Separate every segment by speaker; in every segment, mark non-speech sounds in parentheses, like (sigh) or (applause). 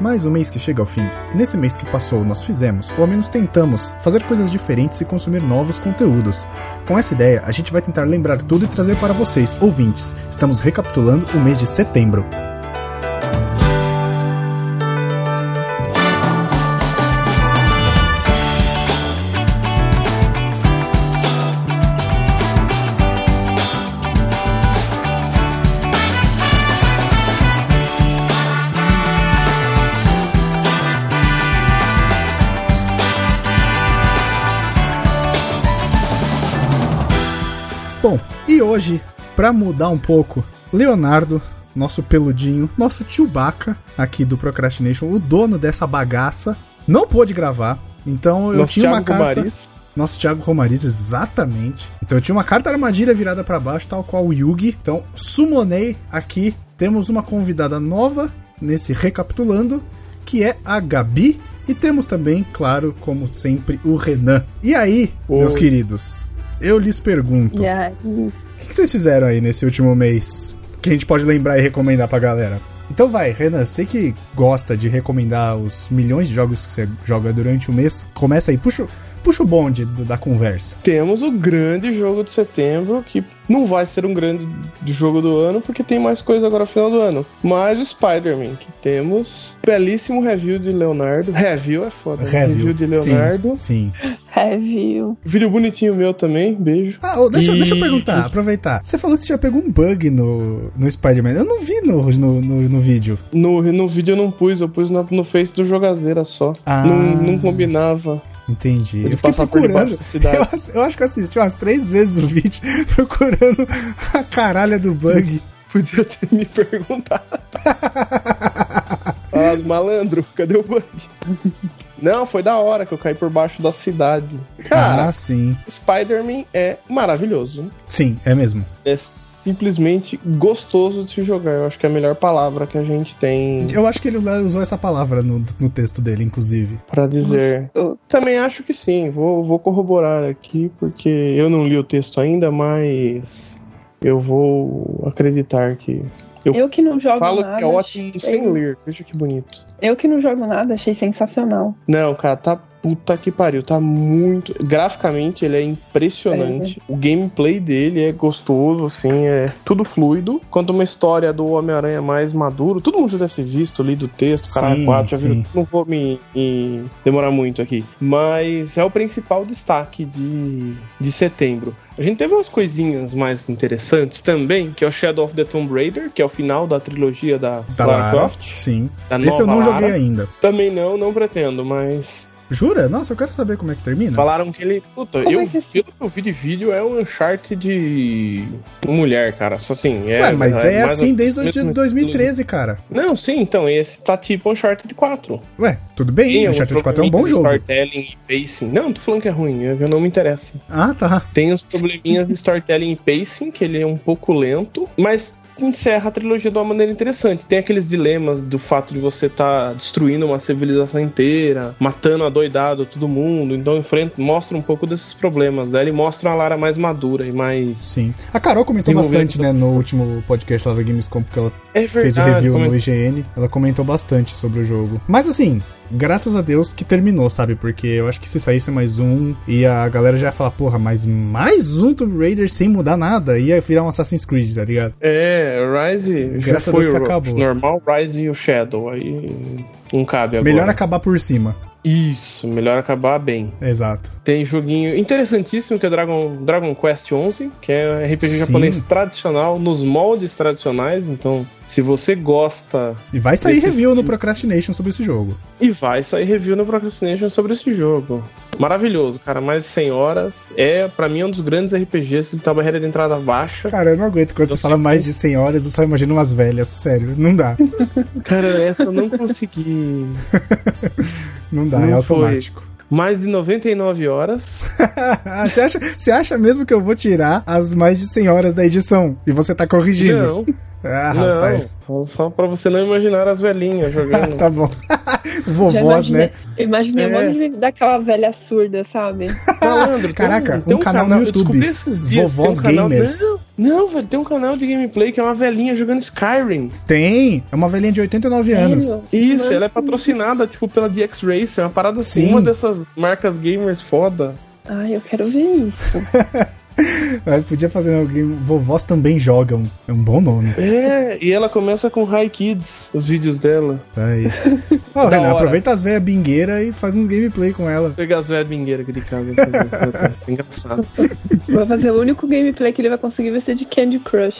Speaker 1: Mais um mês que chega ao fim, e nesse mês que passou nós fizemos, ou ao menos tentamos, fazer coisas diferentes e consumir novos conteúdos. Com essa ideia, a gente vai tentar lembrar tudo e trazer para vocês, ouvintes. Estamos recapitulando o mês de setembro. Bom, e hoje, pra mudar um pouco, Leonardo, nosso peludinho, nosso Chewbacca aqui do Procrastination, o dono dessa bagaça, não pôde gravar. Então eu
Speaker 2: Nosso
Speaker 1: tinha uma
Speaker 2: Thiago
Speaker 1: carta.
Speaker 2: Romariz.
Speaker 1: Nosso Thiago Romariz, exatamente. Então eu tinha uma carta armadilha virada pra baixo, tal qual o Yugi. Então sumonei aqui. Temos uma convidada nova nesse recapitulando, que é a Gabi. E temos também, claro, como sempre, o Renan. E aí,
Speaker 2: Oi.
Speaker 1: meus queridos, eu lhes pergunto:
Speaker 3: E aí,
Speaker 1: o que que vocês fizeram aí nesse último mês que a gente pode lembrar e recomendar pra galera? Então vai, Renan, você que gosta de recomendar os milhões de jogos que você joga durante o mês, começa aí, puxa, o- puxa o bonde do- da conversa.
Speaker 2: Temos o grande jogo de setembro, que não vai ser um grande jogo do ano, porque tem mais coisa agora no final do ano. Mas o Spider-Man, que temos. Belíssimo review de Leonardo. Review é foda. né?
Speaker 1: Review,
Speaker 2: de Leonardo.
Speaker 1: Sim. sim.
Speaker 3: É, review.
Speaker 2: Vídeo bonitinho meu também, beijo.
Speaker 1: Ah, ô, deixa,
Speaker 2: E-
Speaker 1: deixa eu perguntar, aproveitar. Você falou que você já pegou um bug no, no Spider-Man. Eu não vi no, no, no, no vídeo.
Speaker 2: No, no vídeo eu não pus, eu pus no, no Face do Jogazeira só.
Speaker 1: Ah.
Speaker 2: Não, não combinava.
Speaker 1: Entendi.
Speaker 2: Ele
Speaker 1: eu fiquei
Speaker 2: passa por debaixo
Speaker 1: procurando.
Speaker 2: da
Speaker 1: (laughs)
Speaker 2: cidade.
Speaker 1: Eu, ass- eu acho que eu assisti umas três vezes o vídeo (laughs) procurando a caralha do bug.
Speaker 2: Podia ter me
Speaker 1: (laughs)
Speaker 2: perguntado. ah, malandro, cadê o bug? Não, foi da hora que eu caí por baixo da cidade. Cara,
Speaker 1: ah, sim.
Speaker 2: o Spider-Man é maravilhoso.
Speaker 1: Sim, é mesmo.
Speaker 2: É simplesmente gostoso de se jogar. Eu acho que é a melhor palavra que a gente tem
Speaker 1: Eu acho que ele usou essa palavra no, no texto dele, inclusive.
Speaker 2: pra dizer.
Speaker 3: Eu-
Speaker 2: Também acho que sim, vou, vou corroborar aqui, porque eu não li o texto ainda, mas eu vou acreditar que.
Speaker 3: Eu que não jogo
Speaker 2: Falo
Speaker 3: nada.
Speaker 2: que é ótimo
Speaker 3: achei-
Speaker 2: sem ler, veja que bonito.
Speaker 3: Eu que não jogo nada, achei sensacional.
Speaker 2: Não, cara, tá puta que pariu. Tá muito. Graficamente, ele é impressionante. O gameplay dele é gostoso, assim, é tudo fluido. Quanto uma história do Homem-Aranha mais maduro, todo mundo já deve ter visto, lido o texto,
Speaker 1: Sim,
Speaker 2: caralho, quatro, já
Speaker 1: sim.
Speaker 2: viu. Não vou me, me demorar muito aqui. Mas é o principal destaque de, de setembro. A gente teve umas coisinhas mais interessantes também, que é o Shadow of the Tomb Raider, que é o final da trilogia da,
Speaker 1: Da
Speaker 2: Lara,
Speaker 1: Lara.
Speaker 2: Croft.
Speaker 1: Tá Sim.
Speaker 2: Da
Speaker 1: Esse eu
Speaker 2: nova
Speaker 1: não joguei
Speaker 2: Lara.
Speaker 1: ainda.
Speaker 2: Também não, não pretendo, mas
Speaker 1: Jura? Nossa, eu quero saber como é que termina.
Speaker 2: Falaram que ele. Puta,
Speaker 3: Como
Speaker 2: eu,
Speaker 3: é que-
Speaker 2: pelo que eu vi de vídeo, é um Uncharted de mulher, cara. Só assim. É,
Speaker 1: Ué, mas é,
Speaker 2: mais
Speaker 1: assim
Speaker 2: ou-
Speaker 1: desde o de
Speaker 2: mesmo-
Speaker 1: 2013, cara.
Speaker 2: Não, sim, então. Esse tá tipo Uncharted 4.
Speaker 1: Ué, tudo bem, o Uncharted 4 é um bom jogo.
Speaker 2: Storytelling e pacing. Não, tô falando que é ruim, é que eu não me interessa.
Speaker 1: Ah, tá.
Speaker 2: Tem os probleminhas de storytelling e pacing, que ele é um pouco lento, mas encerra a trilogia de uma maneira interessante. Tem aqueles dilemas do fato de você estar destruindo uma civilização inteira, matando a doidado todo mundo, então enfrenta, mostra um pouco desses problemas. Daí ele mostra uma Lara mais madura e mais...
Speaker 1: Sim. A Carol comentou
Speaker 2: Desenvolvimento
Speaker 1: bastante, né, no último podcast lá da Gamescom, porque ela
Speaker 2: É
Speaker 1: fez o review
Speaker 2: como é-
Speaker 1: no IGN. Ela comentou bastante sobre o jogo. Mas assim, graças a Deus que terminou, sabe? Porque eu acho que se saísse mais um, e a galera já ia falar, porra, mas mais um Tomb Raider sem mudar nada, ia virar um Assassin's Creed, tá ligado?
Speaker 2: É, Rise já
Speaker 1: Graças a
Speaker 2: foi
Speaker 1: Deus que
Speaker 2: o
Speaker 1: acabou.
Speaker 2: normal, Rise e o Shadow, aí não cabe agora.
Speaker 1: Melhor acabar por cima.
Speaker 2: Isso, melhor acabar bem.
Speaker 1: Exato.
Speaker 2: Tem joguinho interessantíssimo que é Dragon, Dragon Quest 11, que é um RPG
Speaker 1: Sim.
Speaker 2: japonês tradicional, nos moldes tradicionais. Então, se você gosta.
Speaker 1: E vai sair
Speaker 2: Esse
Speaker 1: review no
Speaker 2: sim.
Speaker 1: Procrastination sobre esse jogo.
Speaker 2: E vai sair review no Procrastination sobre esse jogo. Maravilhoso, cara. Mais de 100 horas. É, pra mim, um dos grandes RPGs. Ele tem uma barreira de entrada baixa.
Speaker 1: Cara, eu não aguento quando
Speaker 2: Eu
Speaker 1: você fala
Speaker 2: sei.
Speaker 1: mais de 100 horas, eu só imagino umas velhas, sério. Não dá,
Speaker 2: Cara, essa
Speaker 1: (laughs)
Speaker 2: eu não consegui.
Speaker 1: não dá,
Speaker 2: Não
Speaker 1: é
Speaker 2: foi.
Speaker 1: automático.
Speaker 2: Mais de 99 horas.
Speaker 1: (laughs) você, acha, você acha mesmo que eu vou tirar as mais de 100 horas da edição e você tá corrigindo?
Speaker 2: Não,
Speaker 1: Ah,
Speaker 2: não.
Speaker 1: rapaz.
Speaker 2: Só- Só pra você não imaginar as velhinhas jogando.
Speaker 1: Tá bom. (laughs) Vovós, né?
Speaker 3: Eu imaginei um
Speaker 2: É.
Speaker 3: monte de, daquela velha surda,
Speaker 1: (laughs)
Speaker 3: sabe?
Speaker 2: Malandro, tem
Speaker 1: Caraca, um
Speaker 2: tem
Speaker 1: canal no
Speaker 2: eu
Speaker 1: YouTube.
Speaker 2: descobri esses dias,
Speaker 1: Vovós
Speaker 2: tem um canal-
Speaker 1: Gamers.
Speaker 2: Não, não, velho, tem um canal de gameplay que é uma velhinha jogando Skyrim.
Speaker 1: Tem! É uma velhinha de 89 anos.
Speaker 3: Sério?
Speaker 2: Isso,
Speaker 3: Mano,
Speaker 2: ela é patrocinada, tipo, pela DX Racer, uma parada
Speaker 1: Sim.
Speaker 2: assim, uma dessas marcas gamers foda.
Speaker 3: Ai, eu quero ver isso.
Speaker 1: Aí podia fazer alguém. Vovós também jogam. É um bom nome.
Speaker 2: É, e ela começa com High Kids, os vídeos dela.
Speaker 1: Tá aí. Ó,
Speaker 2: (laughs) Da
Speaker 1: Renan,
Speaker 2: hora.
Speaker 1: aproveita as velhas bingueiras e faz uns gameplay com ela.
Speaker 2: Pegar as velhas bingueiras aqui de casa. (laughs) assim, é Engraçado.
Speaker 3: Vai fazer o único gameplay que ele vai conseguir vai ser de Candy Crush.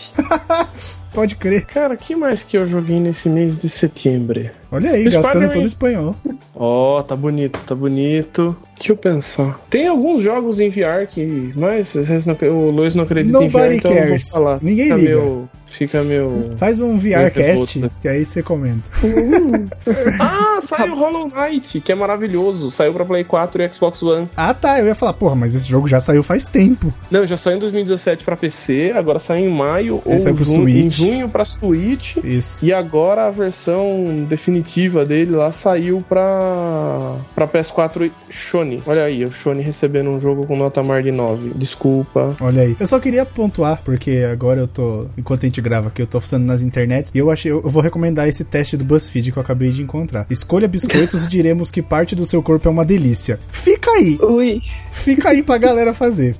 Speaker 1: Pode crer.
Speaker 2: Cara, que mais que eu joguei nesse mês de setembro?
Speaker 1: Olha aí,
Speaker 2: O
Speaker 1: gastando
Speaker 2: Spider-Man.
Speaker 1: todo o espanhol.
Speaker 2: Ó, tá bonito, tá bonito. Deixa eu pensar. Tem alguns jogos em VR que. Mas vocês não- o Luiz não acredita
Speaker 1: Nobody
Speaker 2: em VR, então eu não vou
Speaker 1: cares.
Speaker 2: falar.
Speaker 1: Ninguém
Speaker 2: fica
Speaker 1: liga.
Speaker 2: Meu, fica meu.
Speaker 1: Faz um VRcast,
Speaker 2: Outra.
Speaker 1: que aí você comenta.
Speaker 2: (laughs) Ah, saiu Hollow Knight, que é maravilhoso. Saiu pra Play 4 e Xbox One.
Speaker 1: Ah tá, eu ia falar, porra, mas esse jogo já saiu faz tempo.
Speaker 2: Não, já saiu em 2017 pra PC, agora sai em maio
Speaker 1: Ele sai
Speaker 2: ou
Speaker 1: pro
Speaker 2: junho, em
Speaker 1: Switch.
Speaker 2: junho pra Switch.
Speaker 1: Isso.
Speaker 2: E agora a versão definitiva dele lá saiu pra, pra PS4 Sony. Olha aí, o Sony recebendo um jogo com nota mar de 9. Desculpa.
Speaker 1: Olha aí. Eu só queria pontuar, porque agora eu tô. Enquanto a gente grava aqui, eu tô funcionando nas internets. E eu achei. Eu vou recomendar esse teste do BuzzFeed que eu acabei de encontrar. Escolha biscoitos e diremos que parte do seu corpo é uma delícia. Fica aí.
Speaker 3: Ui,
Speaker 1: Fica aí pra galera fazer.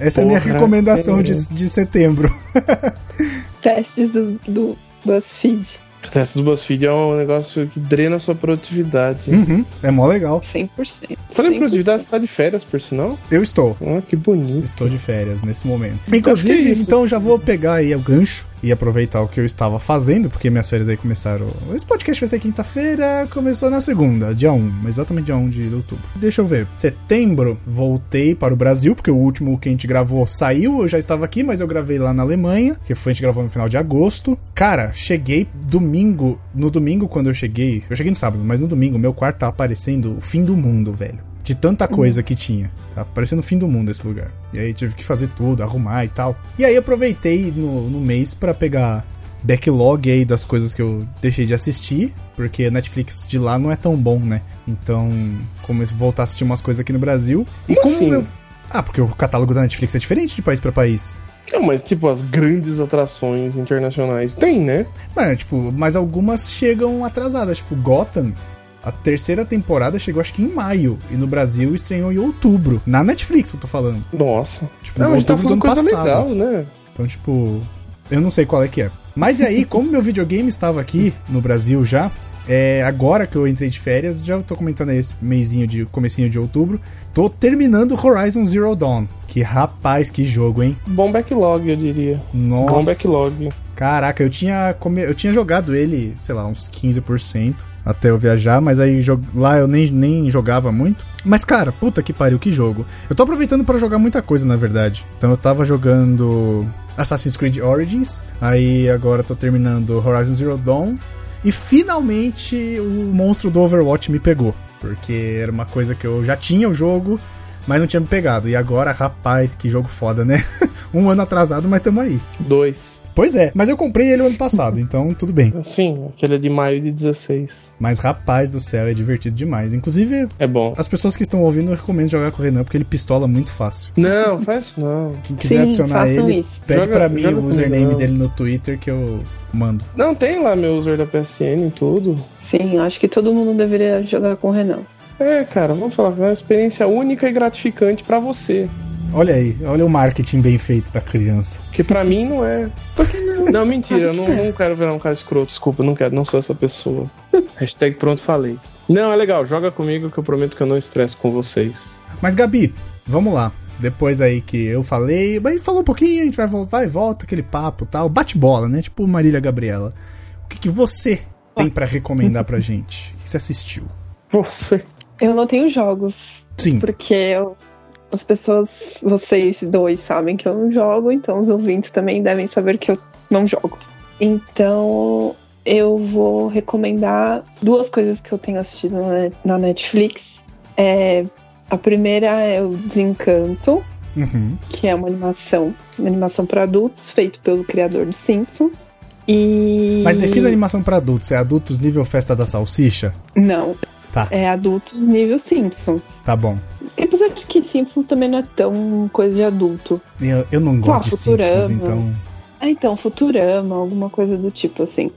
Speaker 1: Essa é a minha
Speaker 2: porra
Speaker 1: recomendação
Speaker 2: é
Speaker 1: de, de setembro.
Speaker 3: testes do, do BuzzFeed.
Speaker 2: O teste do BuzzFeed é um negócio que drena a sua produtividade.
Speaker 1: Uhum, é mó legal.
Speaker 3: 100%.
Speaker 2: Falando em produtividade, você tá de férias, por sinal?
Speaker 1: Eu estou.
Speaker 2: Ah, que bonito.
Speaker 1: Estou de férias nesse momento.
Speaker 2: que é
Speaker 1: Inclusive,
Speaker 2: isso.
Speaker 1: então já vou pegar aí o gancho e aproveitar o que eu estava fazendo, porque minhas férias aí começaram. Esse podcast vai ser quinta-feira, começou na segunda, dia 1, exatamente dia 1 de outubro. Deixa eu ver. Setembro, voltei para o Brasil, porque o último que a gente gravou saiu, eu já estava aqui, mas eu gravei lá na Alemanha, que foi a gente gravou no final de agosto. Cara, cheguei domingo, no domingo quando eu cheguei, eu cheguei no sábado, mas no domingo meu quarto tava aparecendo o fim do mundo, velho de tanta coisa que tinha. Tá parecendo o fim do mundo esse lugar. E aí tive que fazer tudo, arrumar e tal. E aí aproveitei no, no mês pra pegar backlog aí das coisas que eu deixei de assistir, porque a Netflix de lá não é tão bom, né? Então, como eu voltar a assistir umas coisas aqui no Brasil. E como
Speaker 2: Como assim?
Speaker 1: eu. Ah, porque o catálogo da Netflix é diferente de país pra país.
Speaker 2: Não, mas tipo, as grandes atrações internacionais. Tem, né?
Speaker 1: Mas, tipo, mas algumas chegam atrasadas. Tipo, Gotham, a terceira temporada chegou acho que em maio. E no Brasil estreou em outubro. Na Netflix, eu tô falando.
Speaker 2: Nossa.
Speaker 1: Tipo,
Speaker 2: Não,
Speaker 1: em
Speaker 2: a gente tá
Speaker 1: outubro do
Speaker 2: falando
Speaker 1: ano
Speaker 2: coisa
Speaker 1: passado.
Speaker 2: legal, né?
Speaker 1: Então, tipo, eu não sei qual é que é. Mas e aí, como meu videogame estava aqui no Brasil já, é, agora que eu entrei de férias, já tô comentando aí esse mêsinho de comecinho de outubro, tô terminando Horizon Zero Dawn. Que rapaz, que jogo, hein?
Speaker 2: Bom backlog, eu diria.
Speaker 1: Nossa.
Speaker 2: Bom backlog.
Speaker 1: Caraca, eu tinha, come- eu tinha jogado ele, sei lá, uns 15% até eu viajar, mas aí jo- lá eu nem, nem jogava muito. Mas, cara, puta que pariu, que jogo. Eu tô aproveitando pra jogar muita coisa, na verdade. Então eu tava jogando Assassin's Creed Origins, aí agora eu tô terminando Horizon Zero Dawn, e finalmente o monstro do Overwatch me pegou. Porque era uma coisa que eu já tinha o jogo, mas não tinha me pegado. E agora, rapaz, que jogo foda, né? (laughs) um ano atrasado, mas tamo aí.
Speaker 2: Dois.
Speaker 1: Pois é, mas eu comprei ele ano passado, então tudo bem.
Speaker 2: Assim, aquele é de maio de 16.
Speaker 1: Mas rapaz do céu, é divertido demais. Inclusive,
Speaker 2: É bom.
Speaker 1: as pessoas que estão ouvindo, eu recomendo jogar com o Renan, porque ele pistola muito fácil.
Speaker 2: Não, faz isso não.
Speaker 1: Quem quiser
Speaker 3: Sim,
Speaker 1: adicionar
Speaker 3: façam
Speaker 1: ele,
Speaker 3: isso.
Speaker 1: pede
Speaker 2: Joga-
Speaker 1: pra mim
Speaker 2: joga
Speaker 1: o
Speaker 2: com o
Speaker 1: username
Speaker 2: Renan.
Speaker 1: dele no Twitter que eu mando.
Speaker 2: Não, tem lá meu user da PSN e tudo.
Speaker 3: Sim, eu acho que todo mundo deveria jogar com o Renan.
Speaker 2: É, cara, vamos falar, é uma experiência única e gratificante pra você.
Speaker 1: Olha aí, olha o marketing bem feito da criança.
Speaker 2: Que pra mim não é. Não, mentira, eu não, não quero virar um cara escroto, desculpa, não quero, não sou essa pessoa. Hashtag pronto falei. Não, é legal, joga comigo que eu prometo que eu não estresso com vocês.
Speaker 1: Mas Gabi, vamos lá. Depois aí que eu falei, mas falou um pouquinho, a gente vai voltar e volta, aquele papo e tal. Bate bola, né? Tipo Marília Gabriela. O que, que você tem pra recomendar pra gente? O que você assistiu?
Speaker 2: Você.
Speaker 3: Eu não tenho jogos,
Speaker 1: Sim.
Speaker 3: porque eu- as pessoas, vocês dois, sabem que eu não jogo, então os ouvintes também devem saber que eu não jogo. Então eu vou recomendar duas coisas que eu tenho assistido na- na Netflix. É, a primeira é o Desencanto,
Speaker 1: Uhum.
Speaker 3: que é uma animação, uma animação para adultos, feito pelo criador dos Simpsons. E.
Speaker 1: Mas defina animação pra adultos. É adultos nível festa da salsicha?
Speaker 3: Não.
Speaker 1: Tá.
Speaker 3: É adultos nível Simpsons.
Speaker 1: Tá bom.
Speaker 3: E apesar de que Simpsons também não é tão coisa de adulto.
Speaker 1: Eu, eu não
Speaker 3: Qual?
Speaker 1: gosto de Simpsons,
Speaker 3: Futurama.
Speaker 1: então.
Speaker 3: Ah, então, Futurama, alguma coisa do tipo assim.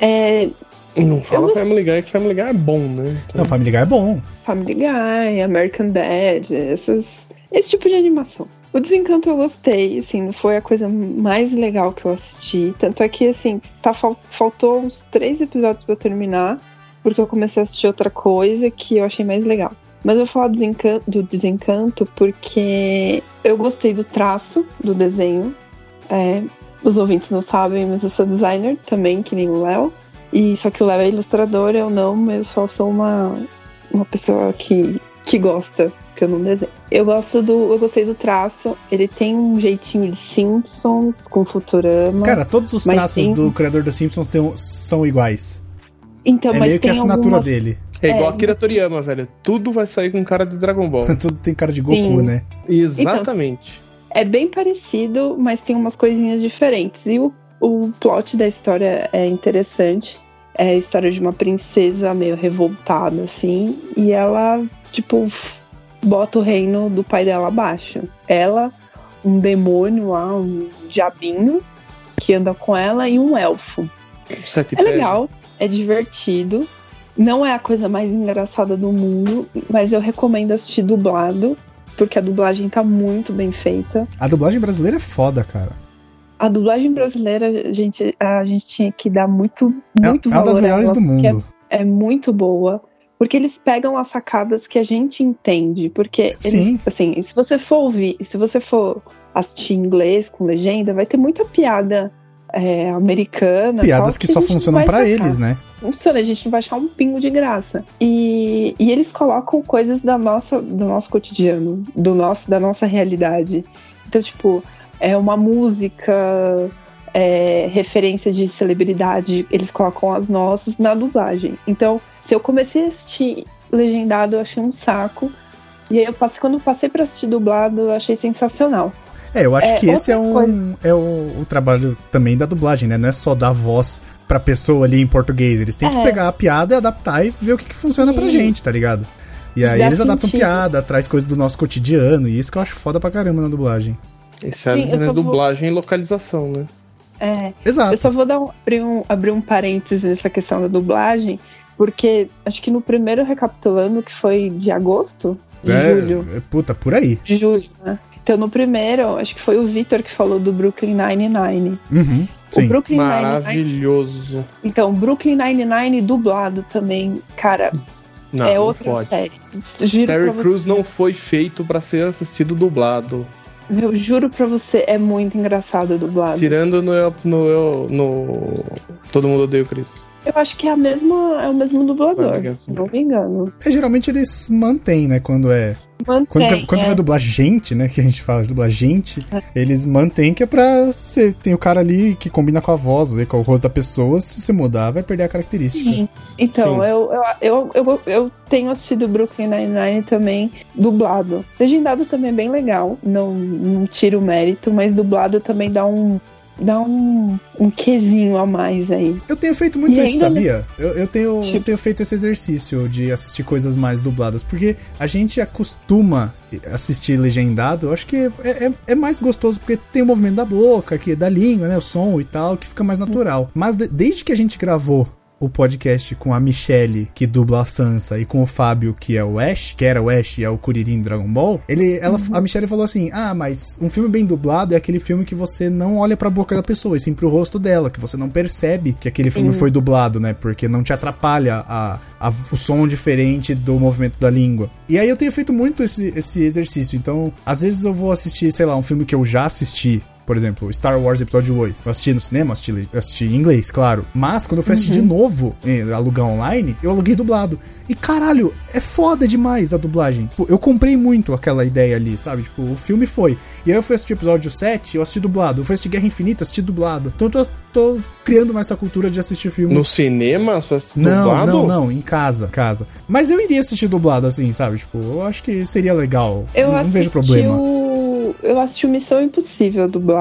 Speaker 3: É.
Speaker 2: Não fala
Speaker 3: Eu não-
Speaker 2: Family Guy, que Family Guy é bom, né? Então,
Speaker 1: Não, Family Guy é bom.
Speaker 3: Family Guy, American Dad, essas, esse tipo de animação. O Desencanto eu gostei, assim, foi a coisa mais legal que eu assisti. Tanto é que, assim, tá, fal- faltou uns três episódios pra eu terminar, porque eu comecei a assistir outra coisa que eu achei mais legal. Mas eu vou falar do Desencan- do Desencanto porque eu gostei do traço do desenho. É, os ouvintes não sabem, mas eu sou designer também, que nem o Léo. E só que o Léo é ilustrador, eu não, mas eu só sou uma uma pessoa que, que gosta, que eu não desenho. Eu gosto do. Eu gostei do traço. Ele tem um jeitinho de Simpsons com Futurama.
Speaker 1: Cara, todos os
Speaker 3: Mas
Speaker 1: traços
Speaker 3: tem-
Speaker 1: do criador dos Simpsons tem um- são iguais.
Speaker 3: então,
Speaker 1: é
Speaker 3: mas
Speaker 1: meio que
Speaker 3: tem
Speaker 1: a assinatura
Speaker 3: algumas-
Speaker 1: dele. (laughs)
Speaker 2: é igual
Speaker 3: é.
Speaker 2: Akira Toriyama, velho. Tudo vai sair com cara de Dragon
Speaker 3: (laughs)
Speaker 2: Ball.
Speaker 3: Então.
Speaker 1: Tudo tem cara de Goku,
Speaker 3: Sim.
Speaker 1: né?
Speaker 2: Exatamente.
Speaker 3: É bem parecido, mas tem umas coisinhas diferentes. E o, o plot da história é interessante. É a história de uma princesa meio revoltada, assim. E ela, tipo, f- bota o reino do pai dela abaixo. Ela, um demônio lá, um diabinho que anda com ela e um elfo.
Speaker 2: Sete
Speaker 3: É
Speaker 2: pés.
Speaker 3: legal, é divertido. Não é a coisa mais engraçada do mundo, mas eu recomendo assistir dublado, porque a dublagem tá muito bem feita.
Speaker 1: A dublagem brasileira é foda, cara.
Speaker 3: A dublagem brasileira, a gente, a gente tinha que dar muito,
Speaker 1: É,
Speaker 3: muito
Speaker 1: é uma
Speaker 3: valor
Speaker 1: das
Speaker 3: a
Speaker 1: melhores
Speaker 3: ela,
Speaker 1: do
Speaker 3: porque
Speaker 1: mundo.
Speaker 3: É, é muito boa, porque eles pegam as sacadas que a gente entende, porque eles,
Speaker 1: Sim.
Speaker 3: assim, se você for ouvir, se você for assistir em inglês com legenda, vai ter muita piada é, americana.
Speaker 1: Piadas
Speaker 3: tal,
Speaker 1: que
Speaker 3: a
Speaker 1: só
Speaker 3: gente não
Speaker 1: funcionam
Speaker 3: vai
Speaker 1: pra
Speaker 3: sacar
Speaker 1: eles, né?
Speaker 3: funciona, a gente não vai achar um pingo de graça. E, e eles colocam coisas da nossa, do nosso cotidiano, do nosso, da nossa realidade. Então, tipo, é uma música, é, referência de celebridade, eles colocam as nossas na dublagem. Então, se eu comecei a assistir legendado, eu achei um saco. E aí eu passei, quando eu passei pra assistir dublado, eu achei sensacional.
Speaker 1: É, eu acho
Speaker 3: É,
Speaker 1: que esse é
Speaker 3: outra
Speaker 1: um é o, o trabalho também da dublagem, né? Não é só dar voz pra pessoa ali em português. Eles têm que
Speaker 3: É.
Speaker 1: pegar a piada e adaptar e ver o que, que funciona pra
Speaker 3: Sim.
Speaker 1: gente, tá ligado? E aí
Speaker 3: Dá
Speaker 1: eles adaptam
Speaker 3: sentido.
Speaker 1: piada, traz coisa do nosso cotidiano, e isso que eu acho foda pra caramba na dublagem.
Speaker 2: Isso é
Speaker 3: Sim, eu
Speaker 2: né,
Speaker 3: só vou-
Speaker 2: dublagem e localização, né?
Speaker 3: É, Eu
Speaker 1: Exato.
Speaker 3: só vou dar um- abrir, um, abrir um parênteses nessa questão da dublagem, porque acho que no primeiro recapitulando, que foi de agosto, de julho,
Speaker 1: É, é, puta, por aí.
Speaker 3: de julho, né? Então no primeiro, acho que foi o Vitor que falou do Brooklyn Nine-Nine.
Speaker 1: Uhum,
Speaker 3: O
Speaker 1: sim.
Speaker 3: Brooklyn Nine-Nine,
Speaker 2: Maravilhoso.
Speaker 3: então, Brooklyn Nine-Nine dublado também, cara,
Speaker 2: Não,
Speaker 3: é
Speaker 2: não
Speaker 3: outra
Speaker 2: pode.
Speaker 3: série. Juro pra
Speaker 2: Terry
Speaker 3: você.
Speaker 2: Crews não foi feito pra ser assistido dublado.
Speaker 3: Meu, juro pra você, é muito engraçado dublado.
Speaker 2: Tirando no, no, no Todo Mundo Odeia o Chris.
Speaker 3: Eu acho que é, a mesma, é o mesmo dublador,
Speaker 2: Obrigado.
Speaker 3: se não me engano.
Speaker 1: É, geralmente eles mantêm, né? Quando é.
Speaker 3: Mantém,
Speaker 1: Quando, você, quando
Speaker 3: é.
Speaker 1: você vai dublar gente, né? Que a gente fala de dublar gente, eles mantêm que é pra. Você tem o cara ali que combina com a voz, com o rosto da pessoa. Se você mudar, vai perder a característica.
Speaker 3: Sim. Então,
Speaker 2: Sim.
Speaker 3: eu, eu, eu, eu, eu tenho assistido Brooklyn Nine-Nine também dublado. Legendado também é bem legal, não, não tiro o mérito, mas dublado também dá um dá um, um quesinho a mais aí.
Speaker 1: Eu tenho feito muito
Speaker 3: E
Speaker 1: isso,
Speaker 3: ainda me-
Speaker 1: sabia? Eu, eu tenho,
Speaker 3: Tipo-
Speaker 1: tenho feito esse exercício de assistir coisas mais dubladas, porque a gente acostuma assistir legendado, eu acho que é, é- é mais gostoso, porque tem o movimento da boca, que da língua, né? O som e tal, que fica mais natural. Mas de- desde que a gente gravou o podcast com a Michelle, que dubla a Sansa, e com o Fábio, que é o Ash, que era o Ash e é o Kuririn em Dragon Ball, ele, ela, a Michelle falou assim, ah, mas um filme bem dublado é aquele filme que você não olha pra boca da pessoa, e sim pro rosto dela, que você não percebe que aquele filme foi dublado, né, porque não te atrapalha a, a- o som diferente do movimento da língua. E aí eu tenho feito muito esse, esse exercício, então, às vezes eu vou assistir, sei lá, um filme que eu já assisti, por exemplo, Star Wars Episódio 8. Eu assisti no cinema, assisti, assisti em inglês, claro. Mas quando eu fui
Speaker 3: Uhum.
Speaker 1: assistir de novo, eh, alugar online, eu aluguei dublado. E caralho, é foda demais a dublagem. Tipo, eu comprei muito aquela ideia ali, sabe? Tipo, o filme foi. E aí eu fui assistir o episódio 7, eu assisti dublado. Eu fui assistir Guerra Infinita, assisti dublado. Então eu tô, tô criando mais essa cultura de assistir filmes.
Speaker 2: No cinema, só assistido
Speaker 1: Não,
Speaker 2: dublado?
Speaker 1: não, não, em casa, casa. Mas eu iria assistir dublado assim, sabe? Tipo, eu acho que seria legal.
Speaker 3: Eu
Speaker 1: não, não
Speaker 3: assisti
Speaker 1: vejo problema.
Speaker 3: O, eu, eu assisti o Missão Impossível dublado.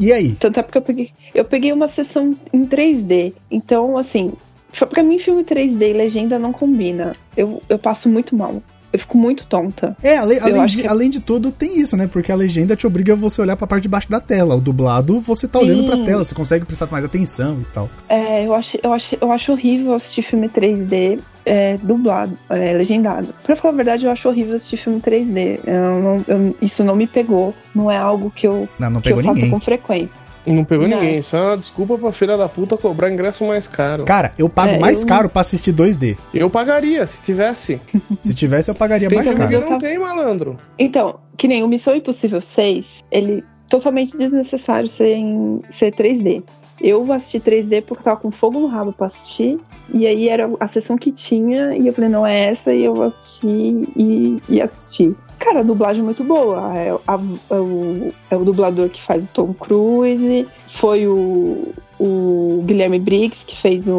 Speaker 1: E aí?
Speaker 3: Tanto é porque eu peguei, eu peguei uma sessão em 3D. Então, assim, fa- pra mim filme 3D e legenda não combina. Eu, eu passo muito mal. Eu fico muito tonta.
Speaker 1: É, ale- além,
Speaker 3: acho
Speaker 1: de,
Speaker 3: que-
Speaker 1: além de tudo, tem isso, né? Porque a legenda te obriga a você olhar pra parte de baixo da tela. O dublado, você tá olhando pra
Speaker 3: Sim.
Speaker 1: tela, você consegue prestar mais atenção e tal.
Speaker 3: É, eu acho, eu acho, eu acho horrível assistir filme 3D é, dublado, é, legendado. Pra falar a verdade, eu acho horrível assistir filme 3D. Eu não- eu- isso não me pegou. Não é algo que eu,
Speaker 1: Não, não
Speaker 3: que
Speaker 1: pegou
Speaker 3: eu faço
Speaker 1: ninguém.
Speaker 3: com frequência.
Speaker 2: Não pegou
Speaker 3: Não.
Speaker 2: ninguém. Isso é uma desculpa pra filha da puta cobrar ingresso mais caro.
Speaker 1: Cara, eu pago
Speaker 3: É,
Speaker 1: mais
Speaker 3: eu-
Speaker 1: caro pra assistir 2D.
Speaker 2: Eu pagaria, se tivesse.
Speaker 1: Se tivesse, eu pagaria
Speaker 2: Tem
Speaker 1: É mais
Speaker 2: que amiga
Speaker 1: caro.
Speaker 3: amigar.
Speaker 2: não tem, malandro.
Speaker 3: Então, que nem o Missão Impossível 6, ele totalmente desnecessário ser, em, ser 3D. Eu assisti 3D porque eu tava com fogo no rabo pra assistir. E aí era a sessão que tinha, e eu falei, não é essa, e eu assisti e, e assisti. Cara, a dublagem é muito boa. É, a- é o, é o dublador que faz o Tom Cruise, foi o, o Guilherme Briggs que fez o,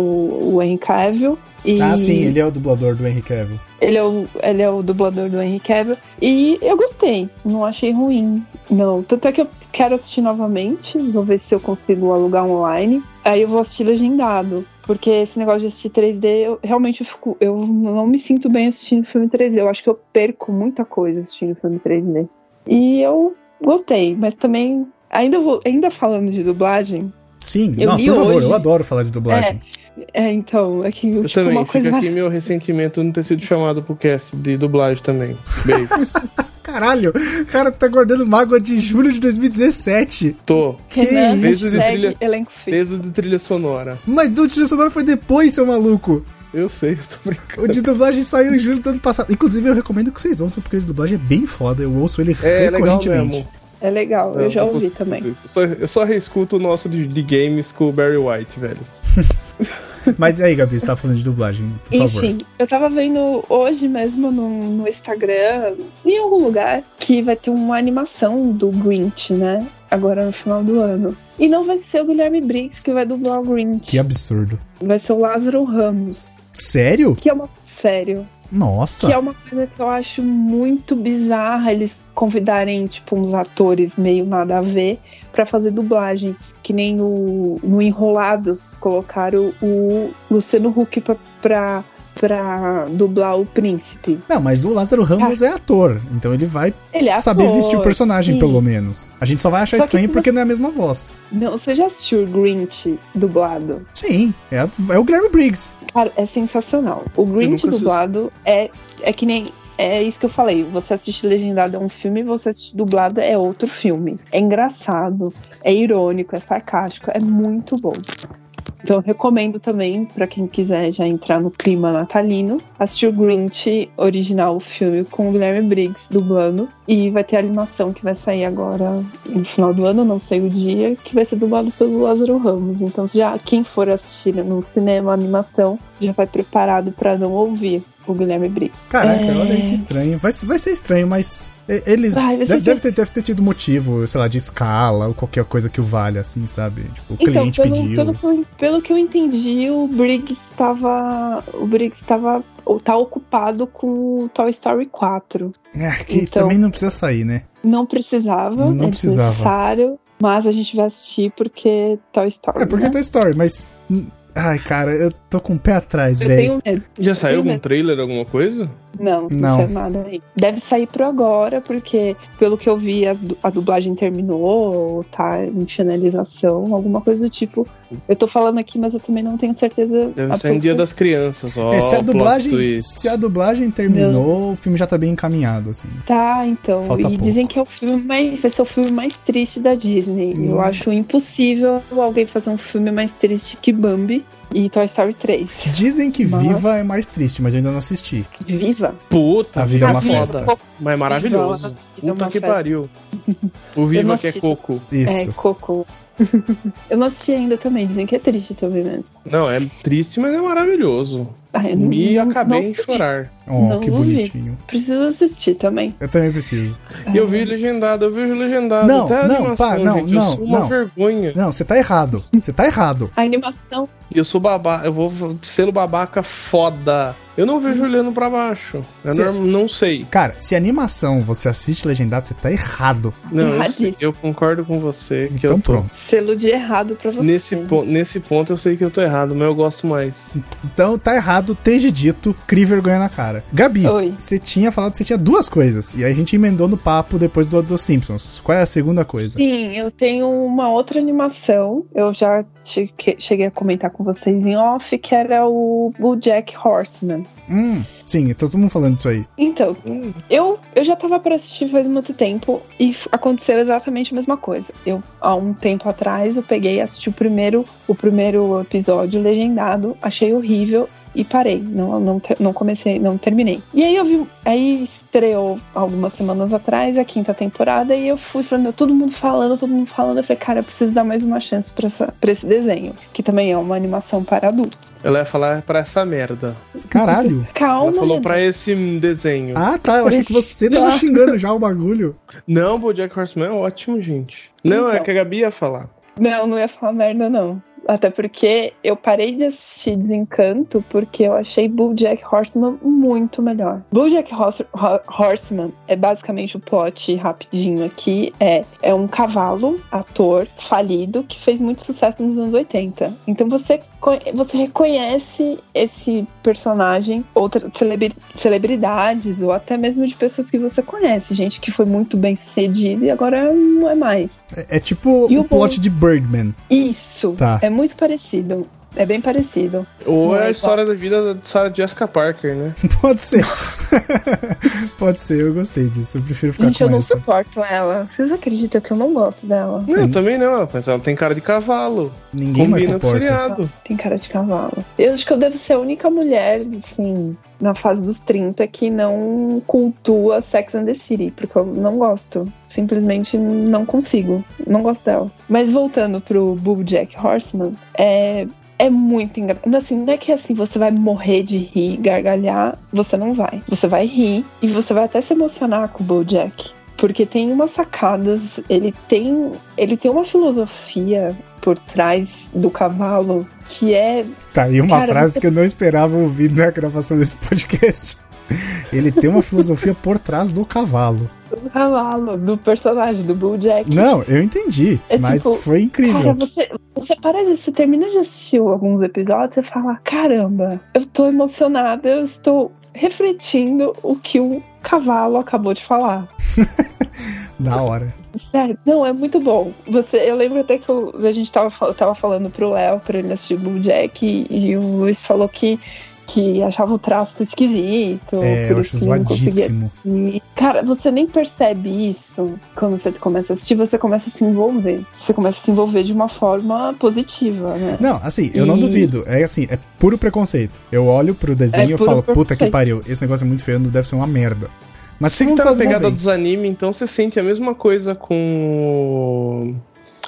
Speaker 3: o Henry Cavill. E
Speaker 1: Ah, sim, ele é o dublador do Henry Cavill.
Speaker 3: ele é, o, ele é o dublador do Henry Cavill. E eu gostei. Não achei ruim, não. Tanto é que eu quero assistir novamente. Vou ver se eu consigo alugar um online. Aí eu vou assistir legendado. Porque esse negócio de assistir 3D, eu realmente eu fico. Eu não me sinto bem assistindo filme 3D. Eu acho que eu perco muita coisa assistindo filme 3D. E eu gostei, mas também. Ainda, vou, ainda falando de dublagem.
Speaker 1: Sim,
Speaker 3: Eu
Speaker 1: não,
Speaker 3: li
Speaker 1: por favor,
Speaker 3: hoje.
Speaker 1: eu adoro falar de dublagem.
Speaker 3: É, então, é que
Speaker 2: Eu
Speaker 3: tipo,
Speaker 2: também.
Speaker 3: uma coisa (laughs)
Speaker 2: Fica aqui meu ressentimento não ter sido chamado pro cast de dublagem também. Beijo.
Speaker 3: É.
Speaker 1: Caralho, o cara tá guardando mágoa de julho de 2017.
Speaker 2: Tô.
Speaker 1: Que
Speaker 3: Renan,
Speaker 1: isso?
Speaker 2: Desde de
Speaker 3: hashtag
Speaker 2: trilha-
Speaker 3: elenco fixo.
Speaker 2: Peso de trilha sonora.
Speaker 1: Mas do trilha sonora foi depois, seu maluco.
Speaker 2: Eu sei, (laughs) eu tô brincando.
Speaker 1: O de dublagem saiu em julho do ano passado. Inclusive, eu recomendo que vocês ouçam, porque o de dublagem é bem foda. Eu ouço ele
Speaker 2: É, é legal
Speaker 1: recorrentemente.
Speaker 2: mesmo. tá
Speaker 3: É legal, eu já ouvi também.
Speaker 2: Eu só, eu só reescuto o nosso de, de games com o Barry White, velho.
Speaker 1: Mas e aí, Gabi, você tá falando de dublagem, por favor.
Speaker 3: Enfim, eu tava vendo hoje mesmo no, no Instagram, em algum lugar, que vai ter uma animação do Grinch, né? Agora no final do ano. E não vai ser o Guilherme Briggs que vai dublar o Grinch.
Speaker 1: Que é- absurdo.
Speaker 3: Vai ser o Lázaro Ramos.
Speaker 1: Sério?
Speaker 3: Que é uma. Sério.
Speaker 1: Nossa.
Speaker 3: Que é uma coisa que eu acho muito bizarra eles convidarem, tipo, uns atores meio nada a ver pra fazer dublagem. Que nem o, no Enrolados colocaram o Luciano Huck pra, pra, pra dublar o príncipe.
Speaker 1: Não, mas o Lázaro Ramos é ator, então ele vai
Speaker 3: Ele é
Speaker 1: saber
Speaker 3: ator.
Speaker 1: vestir o personagem,
Speaker 3: sim.
Speaker 1: pelo menos. A gente só vai achar
Speaker 3: Só que
Speaker 1: estranho
Speaker 3: se
Speaker 1: porque não é a mesma voz.
Speaker 3: Não, você já assistiu o Grinch dublado?
Speaker 1: Sim, é, a- é o Guilherme Briggs.
Speaker 3: Cara, é sensacional. O Grinch
Speaker 2: nunca assisti.
Speaker 3: dublado é, é que nem. É isso que eu falei. Você assiste legendado é um filme, você assiste dublado é outro filme. É engraçado, é irônico, é sarcástico, é muito bom. Então eu recomendo também, pra quem quiser já entrar no clima natalino, assistir o Grinch original, o filme com o Guilherme Briggs dublando. E vai ter a animação que vai sair agora no final do ano, não sei o dia, que vai ser dublado pelo Lázaro Ramos. Então já quem for assistir no cinema a animação já vai preparado pra não ouvir o Guilherme Briggs.
Speaker 1: Caraca,
Speaker 3: É. Ah,
Speaker 1: olha aí que estranho. Vai, ser- vai ser estranho, mas e- eles.
Speaker 3: Vai, vai ser
Speaker 1: deve, deve ter, deve ter tido motivo, sei lá, de escala ou qualquer coisa que o valha, assim, sabe? Tipo, o cliente
Speaker 3: pelo,
Speaker 1: pediu.
Speaker 3: Pelo, que Então, eu- pelo que eu entendi, o Briggs estava. O Briggs estava. Ou tá ocupado com o Toy Story 4.
Speaker 1: É, que
Speaker 3: Então.
Speaker 1: também não precisa sair, né?
Speaker 3: Não precisava,
Speaker 1: Não
Speaker 3: é
Speaker 1: precisava.
Speaker 3: desnecessário, mas a gente vai assistir porque Toy Story.
Speaker 1: É porque
Speaker 3: né?
Speaker 1: Toy Story, mas. Ai, cara, eu tô com o pé atrás,
Speaker 3: Eu
Speaker 1: velho.
Speaker 3: tenho medo.
Speaker 2: Já saiu
Speaker 3: Sim,
Speaker 2: algum
Speaker 3: né?
Speaker 2: trailer, alguma coisa?
Speaker 3: Não,
Speaker 1: Não.
Speaker 3: não saiu nada aí. Deve sair pro agora, porque pelo que eu vi, a, du- a dublagem terminou, ou tá em finalização, alguma coisa do tipo. Eu tô falando aqui, mas eu também não tenho certeza.
Speaker 1: Ah,
Speaker 2: Deve sair no Dia das Crianças, ó.
Speaker 1: É, se, a
Speaker 2: plot
Speaker 1: dublagem,
Speaker 2: twist.
Speaker 1: se a dublagem terminou, o filme já tá bem encaminhado, assim.
Speaker 3: Tá, então.
Speaker 1: Falta
Speaker 3: e
Speaker 1: pouco.
Speaker 3: dizem que é o filme mais. Vai ser o filme mais triste da Disney.
Speaker 1: Hum.
Speaker 3: Eu acho impossível alguém fazer um filme mais triste que Bambi e Toy Story 3.
Speaker 1: Dizem que
Speaker 3: Mas-
Speaker 1: Viva é mais triste, mas eu ainda não assisti.
Speaker 3: Viva!
Speaker 2: Puta,
Speaker 1: A vida é uma
Speaker 3: Viva.
Speaker 1: festa.
Speaker 3: Coco,
Speaker 2: Mas maravilhoso.
Speaker 3: Viva é uma
Speaker 2: Puta que
Speaker 3: (laughs) festa.
Speaker 2: pariu. O Viva
Speaker 3: não
Speaker 2: que é
Speaker 3: assisti.
Speaker 2: coco.
Speaker 1: Isso.
Speaker 3: É, Coco. (laughs) Eu não assisti ainda também, dizem que é triste também mesmo.
Speaker 2: Não, é triste, mas é maravilhoso.
Speaker 3: Ai, eu não-
Speaker 2: Me
Speaker 3: não-
Speaker 2: acabei
Speaker 3: não-
Speaker 2: em chorar.
Speaker 1: Oh,
Speaker 3: É, Não
Speaker 1: que
Speaker 3: ouvi.
Speaker 1: bonitinho.
Speaker 3: Preciso assistir também.
Speaker 1: Eu também preciso.
Speaker 2: E É. eu vi legendado, eu vejo legendado.
Speaker 1: Não,
Speaker 2: Até a
Speaker 1: não,
Speaker 2: animação,
Speaker 1: pá, não,
Speaker 2: gente,
Speaker 1: não,
Speaker 2: eu sou uma
Speaker 1: não.
Speaker 2: vergonha.
Speaker 1: Não, você tá errado. Você tá errado.
Speaker 3: A animação.
Speaker 2: E eu sou babaca, eu vou selo babaca foda. Eu não vejo olhando pra baixo. Eu
Speaker 1: Cê-
Speaker 2: norm- não sei.
Speaker 1: Cara, se animação você assiste legendado, você tá errado.
Speaker 2: Não, eu,
Speaker 3: Erradíssimo.
Speaker 2: sei. eu concordo com você É que
Speaker 1: Então
Speaker 2: eu tô.
Speaker 1: pronto.
Speaker 3: Selo de errado pra você.
Speaker 2: Nesse, pon- nesse ponto eu sei que eu tô errado, mas eu gosto mais.
Speaker 1: Então tá errado, teja dito, crie vergonha na cara. Gabi,
Speaker 3: Oi.
Speaker 1: você tinha falado que você tinha duas coisas. E aí a gente emendou no papo depois do dos Simpsons. Qual é a segunda coisa?
Speaker 3: Sim, eu tenho uma outra animação. Eu já che- que- cheguei a comentar com vocês em off, que era o Jack Horseman.
Speaker 1: Hum, sim, tá todo mundo falando disso aí.
Speaker 3: Então,
Speaker 2: Hum,
Speaker 3: eu, eu já tava pra assistir faz muito tempo e f- aconteceu exatamente a mesma coisa. Eu, há um tempo atrás, eu peguei e assisti o primeiro, o primeiro episódio legendado, achei horrível e parei. Não, não, te- não comecei, não terminei. E aí eu vi. Aí estreou algumas semanas atrás a quinta temporada e eu fui falando, todo mundo falando, todo mundo falando. Eu falei, cara, eu preciso dar mais uma chance pra, essa- pra esse desenho, que também é uma animação para adultos.
Speaker 2: ela ia falar pra essa merda.
Speaker 3: (laughs)
Speaker 1: Caralho.
Speaker 3: Calma,
Speaker 2: ela falou
Speaker 3: Renan.
Speaker 2: pra esse desenho.
Speaker 1: Ah, tá. Eu achei que você tava
Speaker 3: Não.
Speaker 1: xingando já o bagulho.
Speaker 2: Não, o Jack Horseman é ótimo, gente. Não, é
Speaker 3: Então.
Speaker 2: que a Gabi ia falar.
Speaker 3: Não, não ia falar merda, não. Até porque eu parei de assistir Desencanto porque eu achei BoJack Horseman muito melhor. BoJack Hors- Ho- Horseman é basicamente o plot rapidinho aqui. É, é um cavalo, ator, falido, que fez muito sucesso nos anos 80. Então você, co- você reconhece esse personagem, outras celebri- celebridades, ou até mesmo de pessoas que você conhece. Gente que foi muito bem sucedida e agora não é mais.
Speaker 1: É, é tipo
Speaker 3: E
Speaker 1: o
Speaker 3: o bom?
Speaker 1: plot de Birdman.
Speaker 3: Isso.
Speaker 1: Tá.
Speaker 3: É muito parecido. É bem parecido.
Speaker 2: Ou
Speaker 3: Não, então.
Speaker 2: é a
Speaker 3: igual.
Speaker 2: história da vida da Sarah Jessica
Speaker 1: (laughs)
Speaker 2: Parker, né?
Speaker 1: (laughs) Pode ser. Pode ser, eu gostei disso. Eu prefiro ficar
Speaker 3: Gente, eu
Speaker 1: com
Speaker 3: não
Speaker 1: essa.
Speaker 3: suporto ela. Vocês acreditam que eu não gosto dela?
Speaker 2: Não, eu também não, mas ela tem cara de cavalo.
Speaker 1: Ninguém mais
Speaker 2: Combina com o
Speaker 1: suporta.
Speaker 2: feriado.
Speaker 3: Tem cara de cavalo. Eu acho que eu devo ser a única mulher, assim, na fase dos 30 que não cultua Sex and the City, porque eu não gosto. Simplesmente não consigo. Não gosto dela. Mas voltando pro Jack Horseman, é. É muito engraçado. Assim, não é que assim você vai morrer de rir, gargalhar. Você não vai. Você vai rir e você vai até se emocionar com o Jack Porque tem umas sacadas, ele tem, ele tem uma filosofia por trás do cavalo, que é.
Speaker 1: Tá aí uma
Speaker 3: Cara,
Speaker 1: frase
Speaker 3: você-
Speaker 1: que eu não esperava ouvir na gravação desse (laughs) podcast. Ele tem uma filosofia por trás do cavalo.
Speaker 3: do cavalo, do personagem, do Bull Jack.
Speaker 1: Não, eu entendi.
Speaker 3: É
Speaker 1: mas
Speaker 3: tipo,
Speaker 1: foi
Speaker 3: Cara,
Speaker 1: incrível.
Speaker 3: você, você para de. Você termina de assistir alguns episódios e fala: caramba, eu tô emocionada, eu estou refletindo o que o cavalo acabou de falar.
Speaker 1: Da hora.
Speaker 3: Sério, não, é muito bom. Você, eu lembro até que eu- a gente tava, fal- tava falando pro Léo, pra ele assistir Bull Jack, e, e o Luiz falou que, que achava o traço esquisito.
Speaker 1: É,
Speaker 3: por
Speaker 1: eu
Speaker 3: isso
Speaker 1: acho
Speaker 3: que não conseguia
Speaker 1: zoadíssimo.
Speaker 3: E, cara, você nem percebe isso quando você começa a assistir, você começa a se envolver. Você começa a se envolver de uma forma positiva, né?
Speaker 1: Não, assim, eu não
Speaker 3: E-
Speaker 1: duvido. É assim, é puro preconceito. Eu olho pro desenho
Speaker 3: É
Speaker 1: e
Speaker 3: puro
Speaker 1: falo, puta que
Speaker 3: preconceito.
Speaker 1: pariu, esse negócio é muito feio, não deve ser uma merda. Mas
Speaker 2: Você
Speaker 1: todo
Speaker 2: que
Speaker 1: mundo
Speaker 2: tá na
Speaker 1: fala mal
Speaker 2: pegada
Speaker 1: bem.
Speaker 2: dos animes, então você sente a mesma coisa com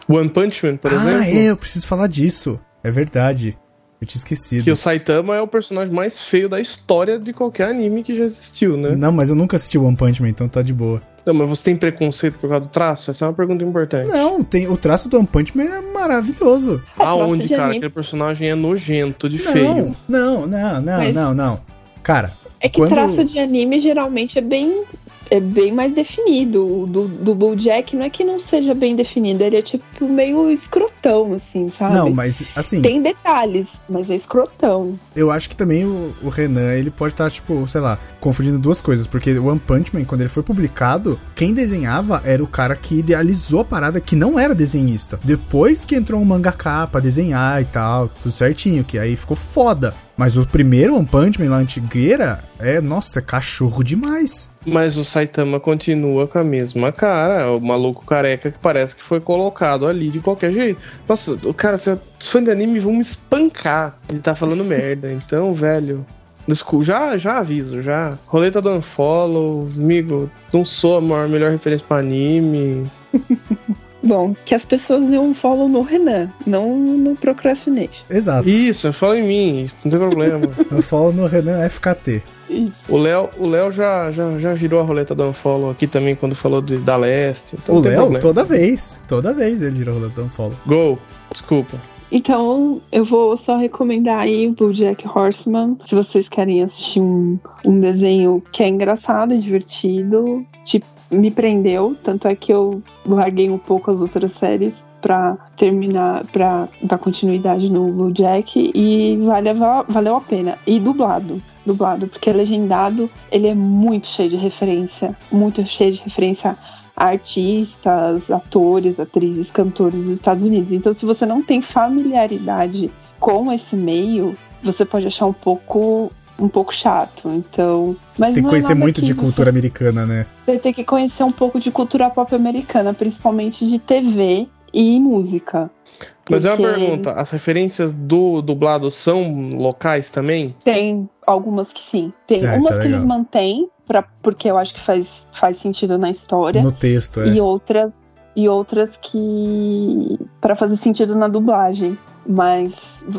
Speaker 2: One Punch Man, por
Speaker 1: Ah,
Speaker 2: exemplo.
Speaker 1: é, eu preciso falar disso. É verdade. Eu tinha esquecido.
Speaker 2: Que o Saitama é o personagem mais feio da história de qualquer anime que já existiu, né?
Speaker 1: Não, mas eu nunca assisti One Punch Man, então tá de boa.
Speaker 2: Não, mas você tem preconceito por causa do traço? Essa é uma pergunta importante.
Speaker 1: Não, tem, o traço do One Punch Man é maravilhoso.
Speaker 3: É,
Speaker 2: Aonde,
Speaker 3: gosto de
Speaker 2: cara,
Speaker 3: anime.
Speaker 2: aquele personagem é nojento de feio.
Speaker 1: Não, não, não, não,
Speaker 3: Mas-
Speaker 1: não, não. Cara,
Speaker 3: É que
Speaker 1: quando-
Speaker 3: traço de anime geralmente é bem, é bem mais definido. O do, do Bull Jack não é que não seja bem definido, ele é tipo meio escrotão, assim, sabe?
Speaker 1: não, mas assim,
Speaker 3: Tem detalhes, mas é escrotão.
Speaker 1: eu acho que também o, o Renan, ele pode estar, tipo, sei lá, confundindo duas coisas. Porque o One Punch Man, quando ele foi publicado, quem desenhava era o cara que idealizou a parada, que não era desenhista. Depois que entrou um mangaka pra desenhar e tal, tudo certinho, que aí ficou foda. Mas o primeiro One Punch Man lá, antigueira, é, nossa, é cachorro demais.
Speaker 2: Mas o Saitama continua com a mesma cara, é o maluco careca que parece que foi colocado ali de qualquer jeito. Nossa, o cara, se eu- os fãs de anime vão me espancar. Ele tá falando merda, então, velho. descul- Já, já aviso, já. Roleta do Unfollow, amigo, não sou a maior, melhor referência pra anime.
Speaker 3: Bom, que as pessoas dêem um follow no Renan, não no Procrastination.
Speaker 1: Exato.
Speaker 2: Isso, fala em mim, não tem problema.
Speaker 1: Eu falo no Renan FKT.
Speaker 2: O Léo, o Léo já, já, já girou a roleta do Unfollow aqui também quando falou de, da Leste. Então
Speaker 1: o
Speaker 2: não tem
Speaker 1: Léo,
Speaker 2: problema.
Speaker 1: toda vez. Toda vez ele girou o Downfall.
Speaker 2: Gol, desculpa.
Speaker 3: Então, eu vou só recomendar aí o Jack Horseman. Se vocês querem assistir um, um desenho que é engraçado e divertido, tipo, me prendeu. Tanto é que eu larguei um pouco as outras séries pra terminar, pra dar continuidade no Jack E vale, a- valeu a pena. E dublado. Dublado, porque é legendado ele é muito cheio de referência. Muito cheio de referência artistas, atores, atrizes, cantores dos Estados Unidos. Então, se você não tem familiaridade com esse meio, você pode achar um pouco um pouco chato. Então, mas
Speaker 1: Você tem que
Speaker 3: não é
Speaker 1: conhecer
Speaker 3: nada
Speaker 1: muito de
Speaker 3: você-
Speaker 1: cultura americana, né?
Speaker 3: Você tem que conhecer um pouco de cultura pop americana, principalmente de TV e música.
Speaker 2: Mas é uma
Speaker 3: Porque
Speaker 2: pergunta: as referências do dublado são locais também?
Speaker 3: Tem algumas que sim. Tem
Speaker 1: Ah, isso
Speaker 3: umas
Speaker 1: é
Speaker 3: que eles
Speaker 1: legal.
Speaker 3: mantêm, pra, porque eu acho que faz, faz sentido na história.
Speaker 1: No texto, é.
Speaker 3: e outras e outras que para fazer sentido na dublagem, mas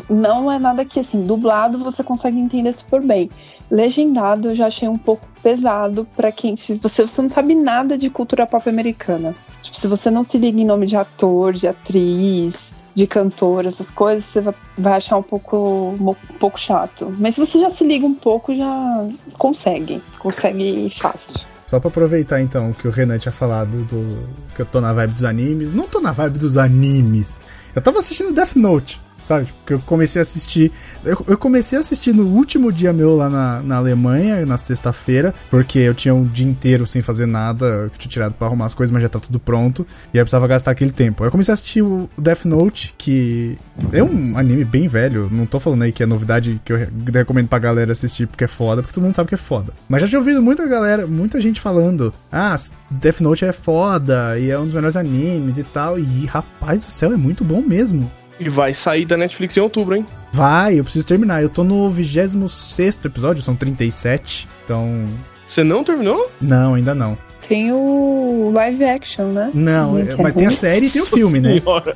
Speaker 3: não é nada que assim dublado você consegue entender super bem. Legendado eu já achei um pouco pesado para quem se você, você não sabe nada de cultura pop americana. Tipo, se você não se liga em nome de ator, de atriz, de cantor, essas coisas, você vai- vai achar um pouco um pouco chato. Mas se você já se liga um pouco, já consegue, consegue fácil.
Speaker 1: Só pra aproveitar então o que o Renan tinha falado do que eu tô na vibe dos animes, não tô na vibe dos animes. Eu tava assistindo Death Note, sabe? Porque eu comecei a assistir. Eu, eu comecei a assistir no último dia meu lá na, na Alemanha, na sexta-feira, porque eu tinha um dia inteiro sem fazer nada, eu tinha tirado pra arrumar as coisas, mas já tá tudo pronto, e aí eu precisava gastar aquele tempo. Aí eu comecei a assistir o Death Note, que é um anime bem velho, não tô falando aí que é novidade que eu re- recomendo pra galera assistir porque é foda, porque todo mundo sabe que é foda. Mas já tinha ouvido muita galera, muita gente falando: ah, Death Note é foda e é um dos melhores animes e tal. E rapaz do céu, é muito bom mesmo.
Speaker 2: E vai sair da Netflix em outubro, hein?
Speaker 1: Vai, eu preciso terminar. Eu tô no 26 episódio, são 37. Então.
Speaker 2: Você não terminou?
Speaker 1: Não, ainda não.
Speaker 3: Tem o live action, né?
Speaker 1: Não,
Speaker 3: Ninguém
Speaker 1: é-
Speaker 3: quer
Speaker 1: mas tem a
Speaker 3: ver.
Speaker 1: série e tem o filme, né?
Speaker 2: Senhora,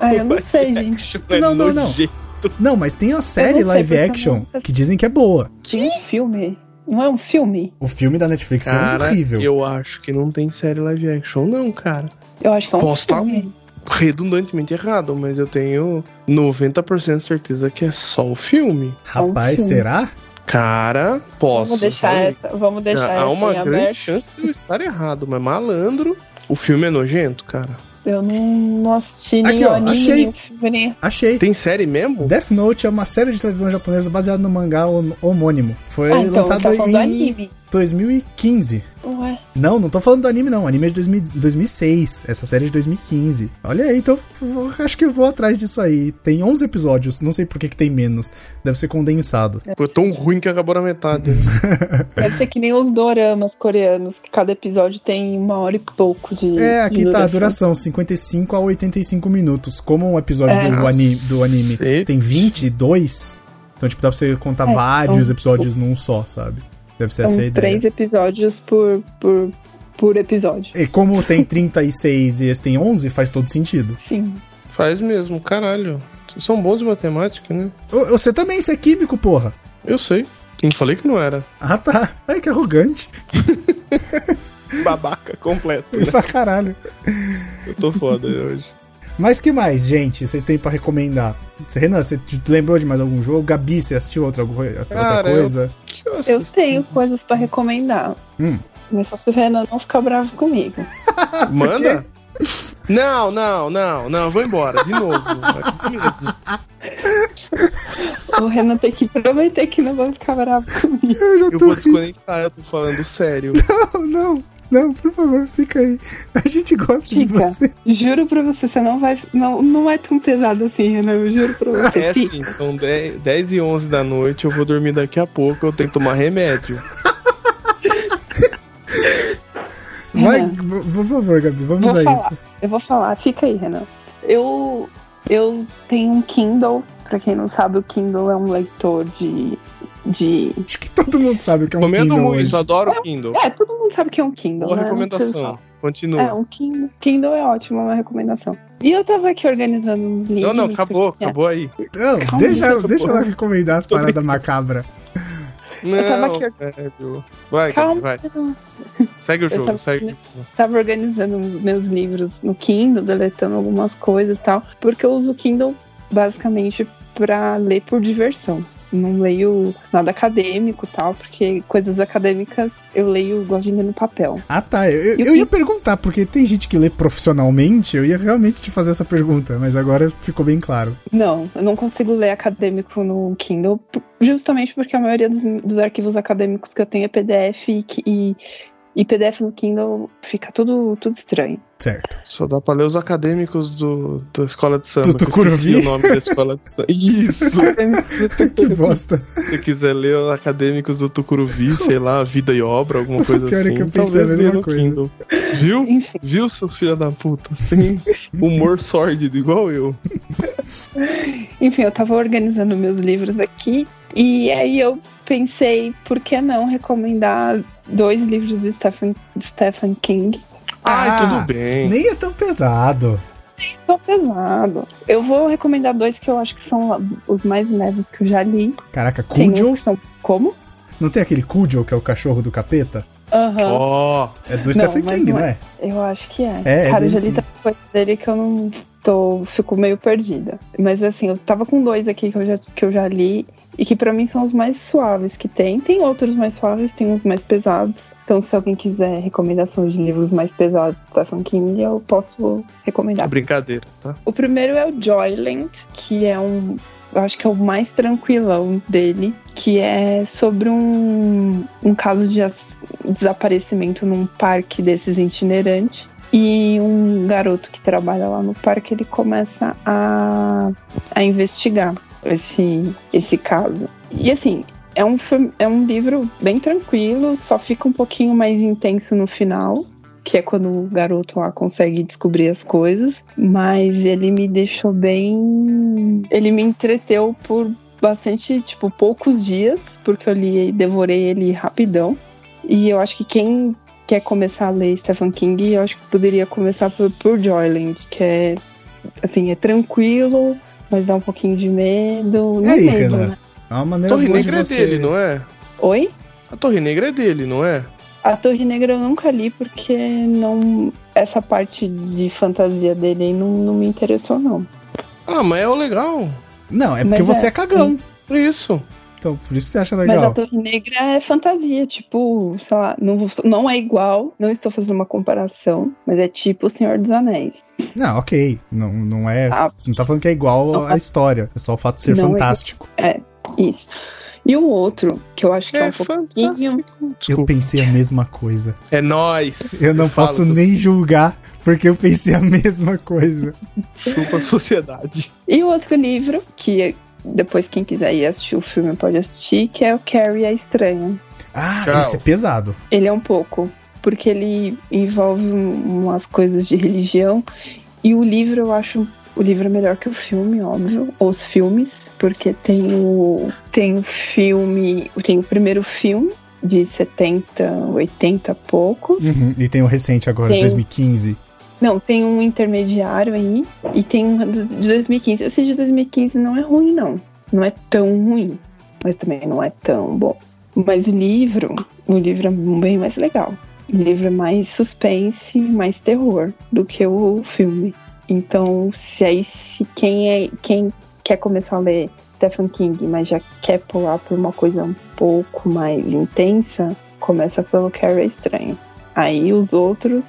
Speaker 3: Ah, eu não sei, gente.
Speaker 1: Não, não, não.
Speaker 2: nojento.
Speaker 1: Não, mas tem a série
Speaker 3: sei,
Speaker 1: live
Speaker 3: porque eu
Speaker 1: action
Speaker 3: não-
Speaker 1: que dizem que é boa.
Speaker 3: Tem um filme. Não é um filme?
Speaker 1: O filme da Netflix é
Speaker 2: Cara,
Speaker 1: horrível.
Speaker 2: eu acho que não tem série live action, não, cara.
Speaker 3: Eu acho que é um
Speaker 2: Posso tá
Speaker 3: filme.
Speaker 2: Redundantemente errado, mas eu tenho 90% certeza que é só o filme.
Speaker 1: Rapaz,
Speaker 3: É um filme.
Speaker 1: será?
Speaker 2: Cara, posso.
Speaker 3: vamos deixar
Speaker 2: sabe?
Speaker 3: essa. Vamos
Speaker 1: Ah,
Speaker 3: deixar
Speaker 2: Há
Speaker 3: essa
Speaker 2: uma
Speaker 3: em
Speaker 2: grande
Speaker 3: aberto.
Speaker 2: chance de eu estar errado, mas malandro, o filme é nojento, cara.
Speaker 3: Eu não, não assisti
Speaker 1: Aqui,
Speaker 3: nem
Speaker 1: ó,
Speaker 3: o anime,
Speaker 1: achei.
Speaker 3: nem o filme, nem... Ah,
Speaker 1: Achei.
Speaker 2: Tem série mesmo?
Speaker 1: Death Note é uma série de televisão japonesa baseada no mangá hon- homônimo. Foi
Speaker 3: Ah, então,
Speaker 1: lançado
Speaker 3: tá falando do
Speaker 1: em
Speaker 3: anime.
Speaker 1: 2015.
Speaker 3: Ué,
Speaker 1: Não, não tô falando do anime, não. O anime é de 2000 2006. Essa série é de 2015. Olha aí, então vou- acho que eu vou atrás disso aí. Tem 11 episódios, não sei por que, que tem menos. Deve ser condensado.
Speaker 2: Foi tão ruim que acabou na metade.
Speaker 3: deve ser que nem os doramas coreanos, que cada episódio tem uma hora e pouco de.
Speaker 1: É,
Speaker 3: de
Speaker 1: aqui tá a duração, 55 a 85 minutos. Como um episódio
Speaker 3: É.
Speaker 1: do, ani- do anime
Speaker 2: Cacete.
Speaker 1: tem 22, então tipo, dá pra você contar
Speaker 3: É,
Speaker 1: vários
Speaker 3: são-
Speaker 1: episódios num só, sabe? Deve ser essa a
Speaker 3: São
Speaker 1: ideia.
Speaker 3: três episódios por, por, por episódio.
Speaker 1: E como tem 36 e esse tem 11, faz todo sentido.
Speaker 3: Sim.
Speaker 2: Faz mesmo, caralho. Vocês são bons de matemática, né?
Speaker 1: Ô, Você também, você é químico, porra.
Speaker 2: Eu sei. Não falei que não era.
Speaker 1: Ah, tá. Ai, que arrogante. (laughs)
Speaker 2: Babaca completo.
Speaker 1: Pra caralho.
Speaker 2: (laughs) Eu tô foda hoje.
Speaker 1: Mas que mais, gente, vocês têm pra recomendar? Você, Renan, você te lembrou de mais algum jogo? Gabi, você assistiu outra, go- outra
Speaker 2: Cara, eu-
Speaker 1: coisa?
Speaker 2: Que eu
Speaker 3: Eu
Speaker 2: assisto?
Speaker 3: tenho coisas pra recomendar.
Speaker 1: Hum.
Speaker 3: Mas só se o Renan não ficar bravo comigo.
Speaker 2: Manda? Não, não, não, não. Vou embora, de (laughs) novo. É isso mesmo.
Speaker 3: O Renan tem que prometer que não vai ficar bravo comigo.
Speaker 2: (laughs)
Speaker 1: Eu já
Speaker 2: Eu
Speaker 1: tô
Speaker 2: vou
Speaker 1: rindo.
Speaker 2: desconectar, eu tô falando sério.
Speaker 1: (laughs) Não, não, não, por favor, fica aí. A gente gosta de
Speaker 3: Fica.
Speaker 1: você.
Speaker 3: Juro pra você, você não vai. Não, não é tão pesado assim, Renan. Eu juro pra você.
Speaker 2: É
Speaker 3: Fica.
Speaker 2: assim, são 10, 10 e 11 da noite, eu vou dormir daqui a pouco, eu tenho que tomar remédio.
Speaker 1: Vai,
Speaker 3: Renan.
Speaker 1: v- v- por favor, Gabi, vamos
Speaker 3: Vou
Speaker 1: a
Speaker 3: falar.
Speaker 1: isso.
Speaker 3: Eu vou falar, fica aí, Renan. Eu, eu tenho um Kindle. Pra quem não sabe, o Kindle é um leitor de. de...
Speaker 1: Acho que todo mundo sabe o que é um
Speaker 2: Comendo
Speaker 1: Kindle
Speaker 2: muito,
Speaker 1: hoje.
Speaker 2: adoro Kindle.
Speaker 3: É, todo mundo sabe que é um Kindle.
Speaker 2: Boa
Speaker 3: né? Não preciso
Speaker 2: recomendação.
Speaker 3: falar.
Speaker 2: Continua.
Speaker 3: É, um Kindle. Kindle é ótimo, é uma recomendação. E eu tava aqui organizando uns livros.
Speaker 2: Não, não, acabou,
Speaker 3: porque-
Speaker 2: acabou aí.
Speaker 1: Não,
Speaker 3: Calma,
Speaker 1: deixa, ela-
Speaker 2: tô
Speaker 1: deixa ela recomendar as
Speaker 2: Tô
Speaker 1: paradas macabras.
Speaker 2: Não,
Speaker 3: tava aqui-
Speaker 2: velho. Vai,
Speaker 3: Calma,
Speaker 2: Gabi, vai.
Speaker 3: eu
Speaker 2: Segue o
Speaker 3: Eu
Speaker 2: jogo,
Speaker 3: tava-
Speaker 2: segue o jogo.
Speaker 3: tava organizando os meus livros no Kindle, deletando algumas coisas e tal, porque eu uso o Kindle basicamente pra ler por diversão. Não leio nada acadêmico e tal, porque coisas acadêmicas eu leio, gosto de ler no papel.
Speaker 1: Ah, tá. Eu,
Speaker 3: E o
Speaker 1: eu ia
Speaker 3: que-
Speaker 1: perguntar, porque tem gente que lê profissionalmente, eu ia realmente te fazer essa pergunta, mas agora ficou bem claro.
Speaker 3: Não, eu não consigo ler acadêmico no Kindle, p- justamente porque a maioria dos, dos arquivos acadêmicos que eu tenho é PDF e, que- e- e PDF no Kindle fica tudo, tudo estranho.
Speaker 1: Certo.
Speaker 2: Só dá pra ler os acadêmicos do, da escola de samba.
Speaker 1: Tutu
Speaker 2: que eu esqueci
Speaker 1: Kuruvi?
Speaker 2: o nome da escola
Speaker 1: (laughs)
Speaker 2: de samba. Isso!
Speaker 1: Que bosta.
Speaker 2: (laughs) Se você quiser ler os acadêmicos do Tucuruvi, sei lá, Vida e
Speaker 1: (laughs)
Speaker 2: Obra, alguma coisa
Speaker 1: Pior é
Speaker 2: assim.
Speaker 1: que eu pensei a
Speaker 2: talvez
Speaker 1: mesma
Speaker 2: leia no
Speaker 1: coisa.
Speaker 2: Kindle. Viu?
Speaker 3: Enfim,
Speaker 2: Viu, seus filha da
Speaker 1: (laughs)
Speaker 2: puta? Sem humor sórdido, igual eu.
Speaker 3: enfim, eu tava organizando meus livros aqui e aí eu pensei, por que não recomendar dois livros do Stephen, Stephen King?
Speaker 2: Ai,
Speaker 1: Ah,
Speaker 2: tudo bem.
Speaker 1: Nem é tão pesado.
Speaker 3: Tô pesado. Eu vou recomendar dois que eu acho que são os mais leves que eu já li.
Speaker 1: Caraca,
Speaker 3: Tem uns
Speaker 1: Cujo?
Speaker 3: que são como?
Speaker 1: Não tem aquele Cujo que é o cachorro do capeta?
Speaker 3: Aham.
Speaker 2: Ó,
Speaker 1: É do Stephen
Speaker 3: mas
Speaker 1: King,
Speaker 3: não
Speaker 1: não é?
Speaker 3: Eu acho que é.
Speaker 1: É, é
Speaker 3: Cara, eu
Speaker 1: dele
Speaker 3: já li
Speaker 1: sim.
Speaker 3: tanta coisa dele que eu não tô. fico meio perdida. Mas assim, eu tava com dois aqui que eu já, que eu já li e que pra mim são os mais suaves que tem. Tem outros mais suaves, tem uns mais pesados. Então, se alguém quiser recomendações de livros mais pesados do Stephen King, eu posso recomendar.
Speaker 2: brincadeira, tá?
Speaker 3: O primeiro é o Joyland, que é um. Eu acho que é o mais tranquilão dele, que é sobre um, um caso de as- desaparecimento num parque desses itinerantes. E um garoto que trabalha lá no parque, ele começa a, a investigar esse, esse caso. E assim, é um, filme- é um livro bem tranquilo, só fica um pouquinho mais intenso no final que é quando o garoto lá consegue descobrir as coisas, mas ele me deixou bem. Ele me entreteu por bastante, tipo, poucos dias, porque eu li e devorei ele rapidão. E eu acho que quem quer começar a ler Stephen King, eu acho que poderia começar por, por Joyland, que é, assim, é tranquilo, mas dá um pouquinho de medo. Não
Speaker 1: aí,
Speaker 3: medo,
Speaker 1: Renan?
Speaker 3: né?
Speaker 1: É uma maneira
Speaker 2: Torre
Speaker 1: boa de
Speaker 2: Negra é
Speaker 1: você...
Speaker 2: dele, não é?
Speaker 3: Oi?
Speaker 2: A Torre Negra é dele, não é?
Speaker 3: A Torre Negra eu nunca li porque não essa parte de fantasia dele não, não me interessou não.
Speaker 2: Ah, mas é o legal.
Speaker 1: Não, é porque
Speaker 3: Mas
Speaker 1: você
Speaker 3: é,
Speaker 1: é cagão.
Speaker 2: Por isso.
Speaker 1: Então, por isso você acha
Speaker 3: Mas a
Speaker 1: legal.
Speaker 3: Torre Negra é fantasia, tipo, sei lá, não, vou- não é igual, não estou fazendo uma comparação, mas é tipo O Senhor dos Anéis.
Speaker 1: Não, ok. Não, não é.
Speaker 3: Ah.
Speaker 1: Não tá falando que é igual
Speaker 3: Não,
Speaker 1: à história. É só o fato de ser
Speaker 3: Não é
Speaker 1: fantástico.
Speaker 3: Isso. E o outro, que eu acho que é,
Speaker 2: É
Speaker 3: um pouquinho.
Speaker 2: fantástico.
Speaker 1: Eu
Speaker 2: Desculpa.
Speaker 1: pensei a mesma coisa.
Speaker 2: É nóis.
Speaker 1: Eu não
Speaker 2: Fala,
Speaker 1: posso nem julgar, porque eu pensei a mesma coisa.
Speaker 2: Chupa a sociedade.
Speaker 3: E o outro livro, que depois quem quiser ir assistir o filme pode assistir, que é o Carrie a Estranha.
Speaker 1: Ah,
Speaker 2: Tchau.
Speaker 1: esse é pesado.
Speaker 3: Ele é um pouco, porque ele envolve um- umas coisas de religião. E o livro, eu acho, o livro é melhor que o filme, óbvio. Ou os filmes, porque tem o, tem o filme, tem o primeiro filme de 70, 80 pouco.
Speaker 1: Uhum, E tem o recente agora,
Speaker 3: Tem.
Speaker 1: 2015.
Speaker 3: Não, tem um intermediário aí e tem um do- de 2015. Esse de 2015 não é ruim, não. Não é tão ruim, mas também não é tão bom. Mas o livro, o livro é bem mais legal. O livro é mais suspense, mais terror do que o filme. Então, se aí se quem é quem quer começar a ler Stephen King, mas já quer pular por uma coisa um pouco mais intensa, começa pelo Carrie Estranho. Aí os outros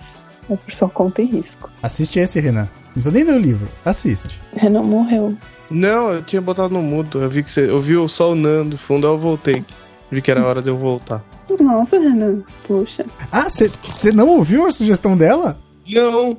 Speaker 3: é por sua conta e risco.
Speaker 1: Assiste esse, Renan. Não precisa nem ler o livro. Assiste.
Speaker 3: Renan morreu.
Speaker 2: Não, eu tinha botado no mudo. Eu vi que você. Eu vi só o Nando fundo, aí eu voltei. Vi que era hora de eu voltar.
Speaker 3: Nossa, Renan. Puxa.
Speaker 1: Ah, você não ouviu a sugestão dela?
Speaker 2: Não!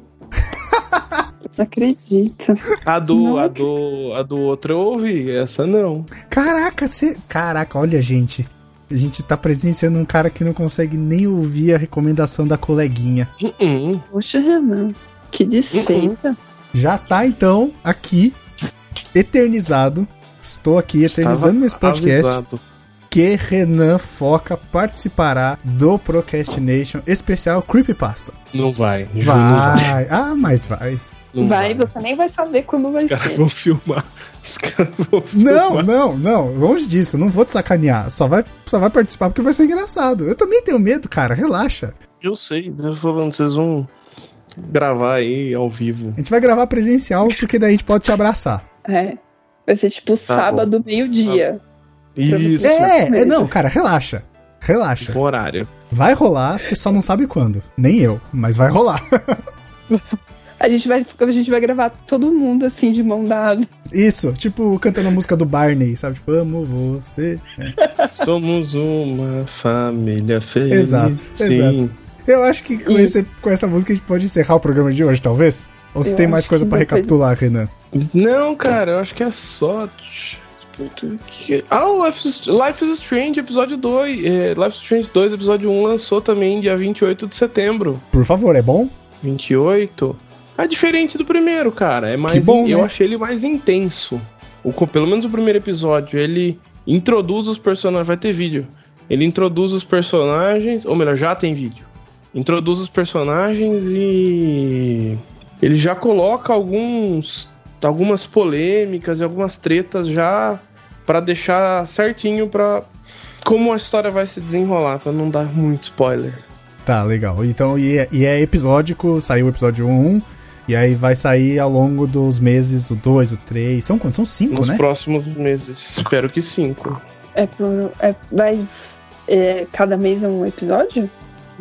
Speaker 3: Não acredito.
Speaker 2: A do,
Speaker 3: Não.
Speaker 2: a do. A do outro eu ouvi. Essa não.
Speaker 1: Caraca, você. Caraca, olha, gente. A gente tá presenciando um cara que não consegue nem ouvir a recomendação da coleguinha.
Speaker 2: Uh -uh.
Speaker 3: Puxa, Renan. Que desfeita.
Speaker 1: Já tá então aqui eternizado. Estou aqui eternizando nesse podcast
Speaker 2: Avisado.
Speaker 1: que Renan Foca participará do Procrastination especial Creepypasta.
Speaker 2: Não vai. Ju, não
Speaker 1: Vai. Ah, mas vai.
Speaker 2: Não
Speaker 3: vai, você nem vai saber quando vai
Speaker 2: Uhum. Os caras
Speaker 3: ser.
Speaker 2: vão filmar. Os caras vão filmar.
Speaker 1: Não, não, não. Longe disso. Não vou te sacanear. Só vai, só vai participar porque vai ser engraçado. Eu também tenho medo, cara. Relaxa.
Speaker 2: Eu sei, eu tô falando, vocês vão gravar aí ao vivo.
Speaker 1: A gente vai gravar presencial porque daí a gente pode te abraçar.
Speaker 3: É. Vai ser tipo
Speaker 2: Tá
Speaker 3: sábado, meio-dia.
Speaker 2: Isso,
Speaker 1: É, é, não, cara. Relaxa. Relaxa.
Speaker 2: bom horário.
Speaker 1: Vai rolar, você só não sabe quando. Nem eu, mas vai rolar.
Speaker 3: A gente, vai, a gente vai gravar todo mundo assim de mão dada.
Speaker 1: Isso, tipo cantando a música do Barney, sabe? Tipo, amo você.
Speaker 2: Somos uma família feliz.
Speaker 1: Exato,
Speaker 2: Sim.
Speaker 1: exato. Eu acho que com,
Speaker 3: E-
Speaker 1: esse- com essa música a gente pode encerrar o programa de hoje, talvez? Ou você
Speaker 3: Eu
Speaker 1: tem mais
Speaker 3: acho
Speaker 1: coisa
Speaker 3: que
Speaker 1: pra
Speaker 3: depois-
Speaker 1: recapitular, Renan?
Speaker 2: Não, cara, eu acho que é só. Ah, o Life is, Life is Strange, episódio 2. é, Life is Strange 2, episódio 1, lançou também dia 28 de setembro.
Speaker 1: Por favor, é bom?
Speaker 2: 28. É diferente do primeiro, cara. É mais.
Speaker 1: Que bom,
Speaker 2: eu
Speaker 1: né?
Speaker 2: achei ele mais intenso. O, co- pelo menos o primeiro episódio, ele introduz os personagens. Vai ter vídeo. Ele introduz os personagens. Ou melhor, já tem vídeo. Introduz os personagens e. Ele já coloca alguns. algumas polêmicas e algumas tretas já pra deixar certinho pra como a história vai se desenrolar, pra não dar muito spoiler.
Speaker 1: Tá, legal. Então, e é, e é episódico, saiu o episódio 1, e aí vai sair ao longo dos meses o 2, o 3. São quantos? São 5,
Speaker 2: Nos
Speaker 1: né?
Speaker 2: próximos meses, espero que cinco.
Speaker 3: É por. É, vai. é, cada mês é um episódio?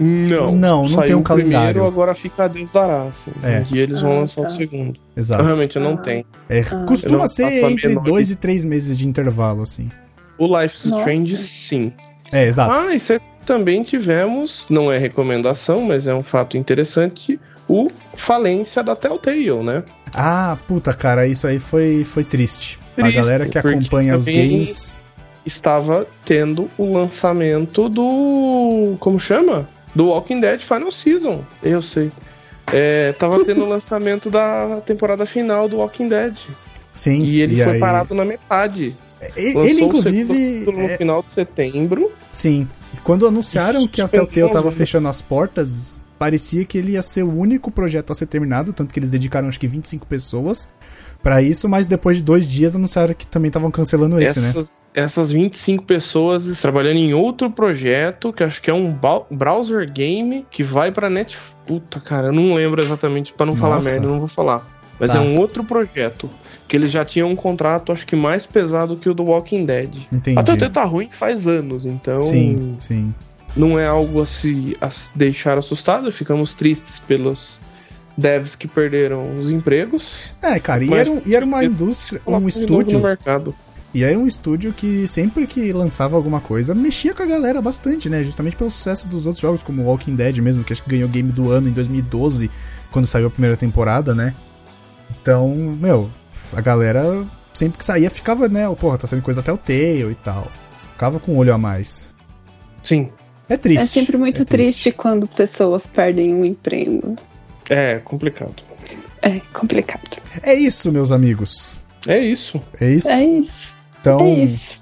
Speaker 2: Não.
Speaker 1: Não, não
Speaker 2: Saiu
Speaker 1: tem um
Speaker 2: o primeiro,
Speaker 1: calendário.
Speaker 2: agora fica a Deus dará, assim.
Speaker 1: É.
Speaker 2: Um dia eles vão
Speaker 3: Ah,
Speaker 2: lançar o
Speaker 3: tá.
Speaker 2: segundo. Eu
Speaker 1: Exato.
Speaker 2: realmente eu não
Speaker 3: Ah.
Speaker 2: tenho.
Speaker 1: É,
Speaker 3: Ah.
Speaker 1: costuma
Speaker 2: Eu não
Speaker 1: ser
Speaker 2: faço a
Speaker 1: entre
Speaker 2: menor
Speaker 1: 2 e 3 meses de intervalo, assim.
Speaker 2: O Life is
Speaker 3: Nossa.
Speaker 2: Strange, sim.
Speaker 1: É, exato.
Speaker 2: Ah, e cê- também tivemos, não é recomendação, mas é um fato interessante, o falência da Telltale, né?
Speaker 1: Ah, puta, cara, isso aí foi, foi triste. A
Speaker 2: Triste,
Speaker 1: galera que
Speaker 2: porque
Speaker 1: acompanha os
Speaker 2: também-
Speaker 1: games.
Speaker 2: Estava tendo o lançamento do... como chama? Do Walking Dead Final Season. Eu sei. É, tava
Speaker 1: (laughs)
Speaker 2: tendo o lançamento da temporada final do Walking Dead.
Speaker 1: Sim.
Speaker 2: E ele foi
Speaker 1: aí-
Speaker 2: parado na metade.
Speaker 1: Ele,
Speaker 2: Lançou
Speaker 1: ele,
Speaker 2: o
Speaker 1: inclusive.
Speaker 2: segundo no
Speaker 1: é,
Speaker 2: final de setembro.
Speaker 1: sim. Quando anunciaram que a
Speaker 2: Isso, eu
Speaker 1: Telltale
Speaker 2: não
Speaker 1: tava
Speaker 2: vi.
Speaker 1: fechando as portas, parecia que ele ia ser o único projeto a ser terminado, tanto que eles dedicaram acho que 25 pessoas pra isso, mas depois de dois dias anunciaram que também estavam cancelando esse, né?
Speaker 2: essas, essas 25 pessoas trabalhando em outro projeto, que acho que é um bau- browser game que vai pra Netflix. Puta, cara, eu não lembro exatamente pra não falar
Speaker 1: Nossa.
Speaker 2: merda, eu não vou falar. Mas
Speaker 1: Tá.
Speaker 2: é um outro projeto. Que eles já tinham um contrato, acho que mais pesado que o do Walking Dead. A
Speaker 1: Entendi.
Speaker 2: Telltale tá ruim faz anos, então
Speaker 1: Sim, sim.
Speaker 2: não é algo a se, a se deixar assustado. Ficamos tristes pelos devs que perderam os empregos.
Speaker 1: É, cara, e
Speaker 2: Mas-
Speaker 1: era, um- e era uma indústria,
Speaker 2: Coloca
Speaker 1: um
Speaker 2: de novo no
Speaker 1: estúdio
Speaker 2: mercado.
Speaker 1: E era um estúdio que sempre que lançava alguma coisa, mexia com a galera bastante, né? Justamente pelo sucesso dos outros jogos, como Walking Dead mesmo, que acho que ganhou o game do ano em 2012, quando saiu a primeira temporada, né? Então, meu, a galera sempre que saía ficava, né? ó, Porra, tá saindo coisa até o Tail e tal. Ficava com um olho a mais.
Speaker 2: Sim.
Speaker 1: É triste.
Speaker 3: é sempre muito
Speaker 1: é
Speaker 3: triste. quando pessoas perdem um emprego.
Speaker 2: É complicado.
Speaker 3: É complicado.
Speaker 1: É isso, meus amigos.
Speaker 2: É isso.
Speaker 1: É isso.
Speaker 3: É isso.
Speaker 1: então,
Speaker 3: é isso.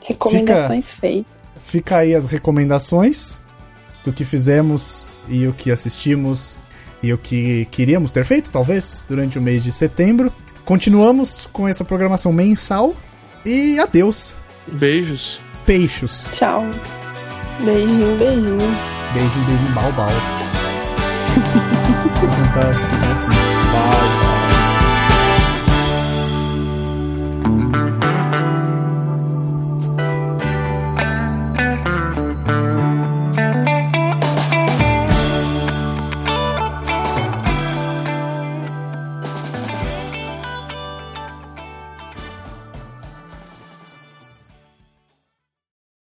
Speaker 3: Recomendações feitas.
Speaker 1: Fica aí as recomendações do que fizemos e o que assistimos e o que queríamos ter feito, talvez, durante o mês de setembro. Continuamos com essa programação mensal e adeus,
Speaker 2: Beijos.
Speaker 1: peixos.
Speaker 3: Tchau. Beijinho, beijinho.
Speaker 1: Beijo, beijo, bal, bal. Vou começar a se assim. Bal, bal.